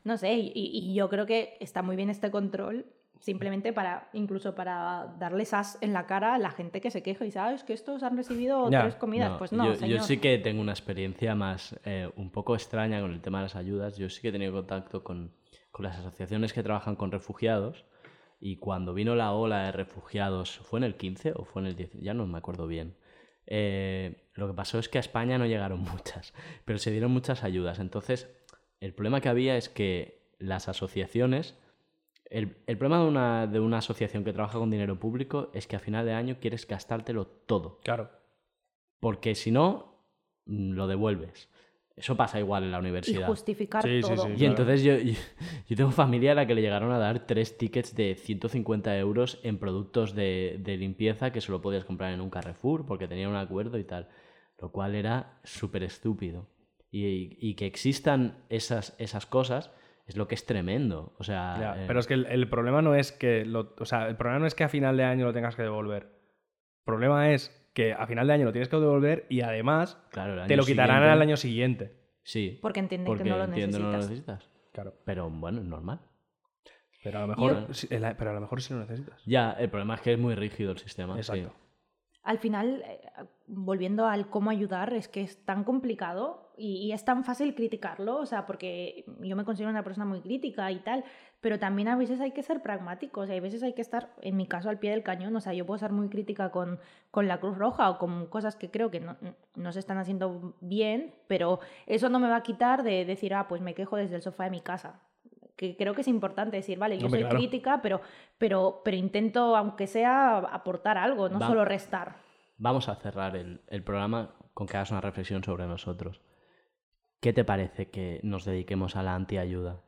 [SPEAKER 3] No sé, y, y yo creo que está muy bien este control, simplemente para, incluso para darles as en la cara a la gente que se queja y sabes que estos han recibido
[SPEAKER 1] Ya,
[SPEAKER 3] tres comidas.
[SPEAKER 2] No,
[SPEAKER 3] pues no,
[SPEAKER 2] yo, yo
[SPEAKER 3] señor.
[SPEAKER 2] sí que tengo una experiencia más eh, un poco extraña con el tema de las ayudas. Yo sí que he tenido contacto con, con las asociaciones que trabajan con refugiados y cuando vino la ola de refugiados, ¿fue en el 15 o fue en el 10? Ya no me acuerdo bien. Eh, lo que pasó es que a España no llegaron muchas, pero se dieron muchas ayudas. Entonces, el problema que había es que las asociaciones el, el problema de una, de una asociación que trabaja con dinero público es que a final de año quieres gastártelo todo.
[SPEAKER 1] Claro.
[SPEAKER 2] Porque si no, mm, lo devuelves. Eso pasa igual en la
[SPEAKER 3] Y
[SPEAKER 2] universidad.
[SPEAKER 3] justificar
[SPEAKER 1] Sí, sí,
[SPEAKER 3] todo.
[SPEAKER 1] sí.
[SPEAKER 2] Y entonces yo, yo, yo tengo familia a la que le llegaron a dar tres tickets de 150 euros en productos de, de limpieza que solo podías comprar en un Carrefour porque tenían un acuerdo y tal. Lo cual era súper estúpido. Y, y que existan esas, esas cosas es lo que es tremendo. O sea,
[SPEAKER 1] Ya,
[SPEAKER 2] eh,
[SPEAKER 1] pero es que el, el problema no es que lo, o sea, el problema no es que a final de año lo tengas que devolver. El problema es que a final de año lo tienes que devolver y además
[SPEAKER 2] Claro, el
[SPEAKER 1] te
[SPEAKER 2] año
[SPEAKER 1] lo quitarán
[SPEAKER 2] siguiente-
[SPEAKER 1] al año siguiente.
[SPEAKER 2] Sí.
[SPEAKER 3] Porque entienden Pues, que
[SPEAKER 2] porque
[SPEAKER 3] no lo
[SPEAKER 2] entiendo, no lo
[SPEAKER 3] necesitas.
[SPEAKER 2] necesitas.
[SPEAKER 1] Claro.
[SPEAKER 2] Pero bueno, es normal.
[SPEAKER 1] Pero a lo mejor, sí, el a- pero a lo mejor sí lo necesitas.
[SPEAKER 2] Ya, el problema es que es muy rígido el sistema. sí.
[SPEAKER 1] Exacto.
[SPEAKER 3] Al final, eh, volviendo al cómo ayudar, es que es tan complicado y, y es tan fácil criticarlo, o sea, porque yo me considero una persona muy crítica y tal, pero también a veces hay que ser pragmáticos, y hay veces hay que estar, en mi caso, al pie del cañón, o sea, yo puedo ser muy crítica con, con la Cruz Roja o con cosas que creo que no, no se están haciendo bien, pero eso no me va a quitar de decir, ah, pues me quejo desde el sofá de mi casa. Que creo que es importante decir, vale, yo
[SPEAKER 1] Hombre,
[SPEAKER 3] soy
[SPEAKER 1] claro.
[SPEAKER 3] crítica, pero, pero, pero intento, aunque sea, aportar algo, no
[SPEAKER 2] Va.
[SPEAKER 3] solo restar.
[SPEAKER 2] Vamos a cerrar el, el programa con que hagas una reflexión sobre nosotros. ¿Qué te parece que nos dediquemos a la antiayuda?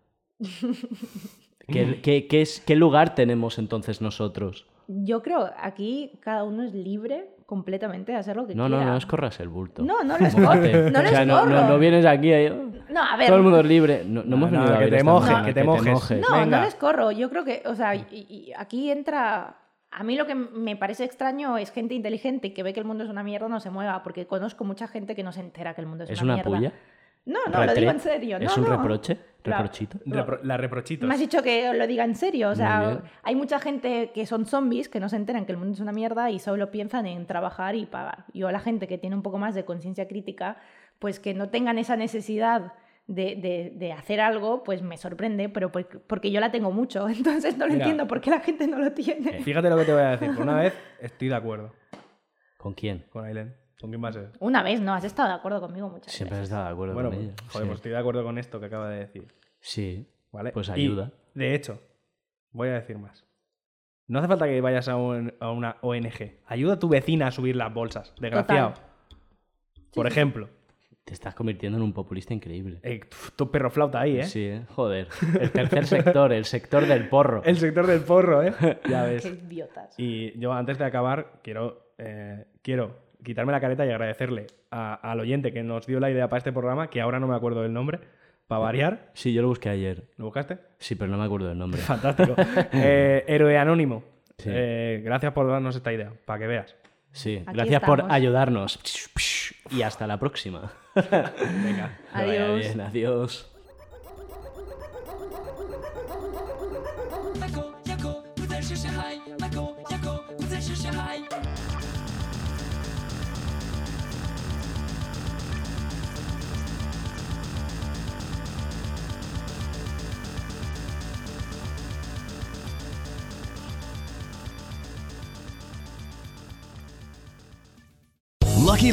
[SPEAKER 2] ¿Qué, qué- qué es, ¿Qué lugar tenemos entonces nosotros?
[SPEAKER 3] Yo creo aquí cada uno es libre completamente de hacer lo que
[SPEAKER 2] No, no,
[SPEAKER 3] quiera.
[SPEAKER 2] no escorras el bulto.
[SPEAKER 3] No, no lo escorro,
[SPEAKER 2] Mójate.
[SPEAKER 3] no lo
[SPEAKER 2] o sea, no, no,
[SPEAKER 3] escorro.
[SPEAKER 2] no vienes aquí. eh,
[SPEAKER 3] No, a ver.
[SPEAKER 2] Todo el mundo es libre. No, no hemos
[SPEAKER 1] no,
[SPEAKER 2] venido a
[SPEAKER 1] que
[SPEAKER 2] ver
[SPEAKER 1] te
[SPEAKER 2] esta
[SPEAKER 1] mojes,
[SPEAKER 2] mañana,
[SPEAKER 1] que te mojes.
[SPEAKER 3] No,
[SPEAKER 1] Venga.
[SPEAKER 3] no les corro. Yo creo que, o sea, y, y aquí entra. A mí lo que me parece extraño es gente inteligente que ve que el mundo es una mierda no se mueva, porque conozco mucha gente que no se entera que el mundo es,
[SPEAKER 2] ¿Es una
[SPEAKER 3] mierda.
[SPEAKER 2] puya?
[SPEAKER 3] No, no, lo digo en serio.
[SPEAKER 2] ¿Es
[SPEAKER 3] no,
[SPEAKER 2] un
[SPEAKER 3] no.
[SPEAKER 2] reproche?
[SPEAKER 3] Claro.
[SPEAKER 2] ¿Reprochito?
[SPEAKER 1] Repro- la reprochitos.
[SPEAKER 3] Me has dicho que lo diga en serio. O
[SPEAKER 2] Muy
[SPEAKER 3] sea,
[SPEAKER 2] bien.
[SPEAKER 3] hay mucha gente que son zombies que no se enteran que el mundo es una mierda y solo piensan en trabajar y pagar. Yo a la gente que tiene un poco más de conciencia crítica, pues que no tengan esa necesidad de, de- de hacer algo, pues me sorprende, pero por- porque yo la tengo mucho. Entonces no lo
[SPEAKER 1] Mira.
[SPEAKER 3] entiendo por qué la gente no lo tiene.
[SPEAKER 1] Fíjate lo que te voy a decir. Por una vez, estoy de acuerdo
[SPEAKER 2] ¿Con quién?
[SPEAKER 1] con Ailen. ¿Con quién más es?
[SPEAKER 3] Una vez no, has estado de acuerdo conmigo muchas
[SPEAKER 2] Siempre has
[SPEAKER 3] veces.
[SPEAKER 2] estado de acuerdo
[SPEAKER 1] Bueno,
[SPEAKER 2] con
[SPEAKER 1] pues,
[SPEAKER 2] ella.
[SPEAKER 1] joder,
[SPEAKER 2] sí.
[SPEAKER 1] pues estoy de acuerdo con esto que acaba de decir.
[SPEAKER 2] Sí.
[SPEAKER 1] ¿Vale?
[SPEAKER 2] Pues
[SPEAKER 1] Y,
[SPEAKER 2] ayuda.
[SPEAKER 1] de hecho, voy a decir más. No hace falta que vayas a, un- a una ONG. Ayuda a tu vecina a subir las bolsas, desgraciado. Por ejemplo,
[SPEAKER 2] Te estás convirtiendo en un populista increíble.
[SPEAKER 1] eh, tu perro flauta ahí, ¿eh?
[SPEAKER 2] Sí, ¿eh? joder. El tercer sector, el sector del porro.
[SPEAKER 1] El sector del porro, ¿eh? Ya
[SPEAKER 3] Qué
[SPEAKER 1] ves.
[SPEAKER 3] idiotas.
[SPEAKER 1] Y yo antes de acabar, quiero, eh, quiero quitarme la careta y agradecerle a- al oyente que nos dio la idea para este programa, que ahora no me acuerdo del nombre, para variar.
[SPEAKER 2] Sí, yo lo busqué ayer.
[SPEAKER 1] ¿Lo buscaste?
[SPEAKER 2] Sí, pero no me acuerdo del nombre.
[SPEAKER 1] Fantástico. Eh, héroe anónimo.
[SPEAKER 2] Sí.
[SPEAKER 1] Eh, gracias por darnos esta idea, para que veas.
[SPEAKER 2] Sí,
[SPEAKER 3] Aquí
[SPEAKER 2] gracias por
[SPEAKER 3] estamos.
[SPEAKER 2] ayudarnos. Y hasta la próxima. Venga,
[SPEAKER 3] Adiós.
[SPEAKER 2] adiós.
[SPEAKER 4] Lucky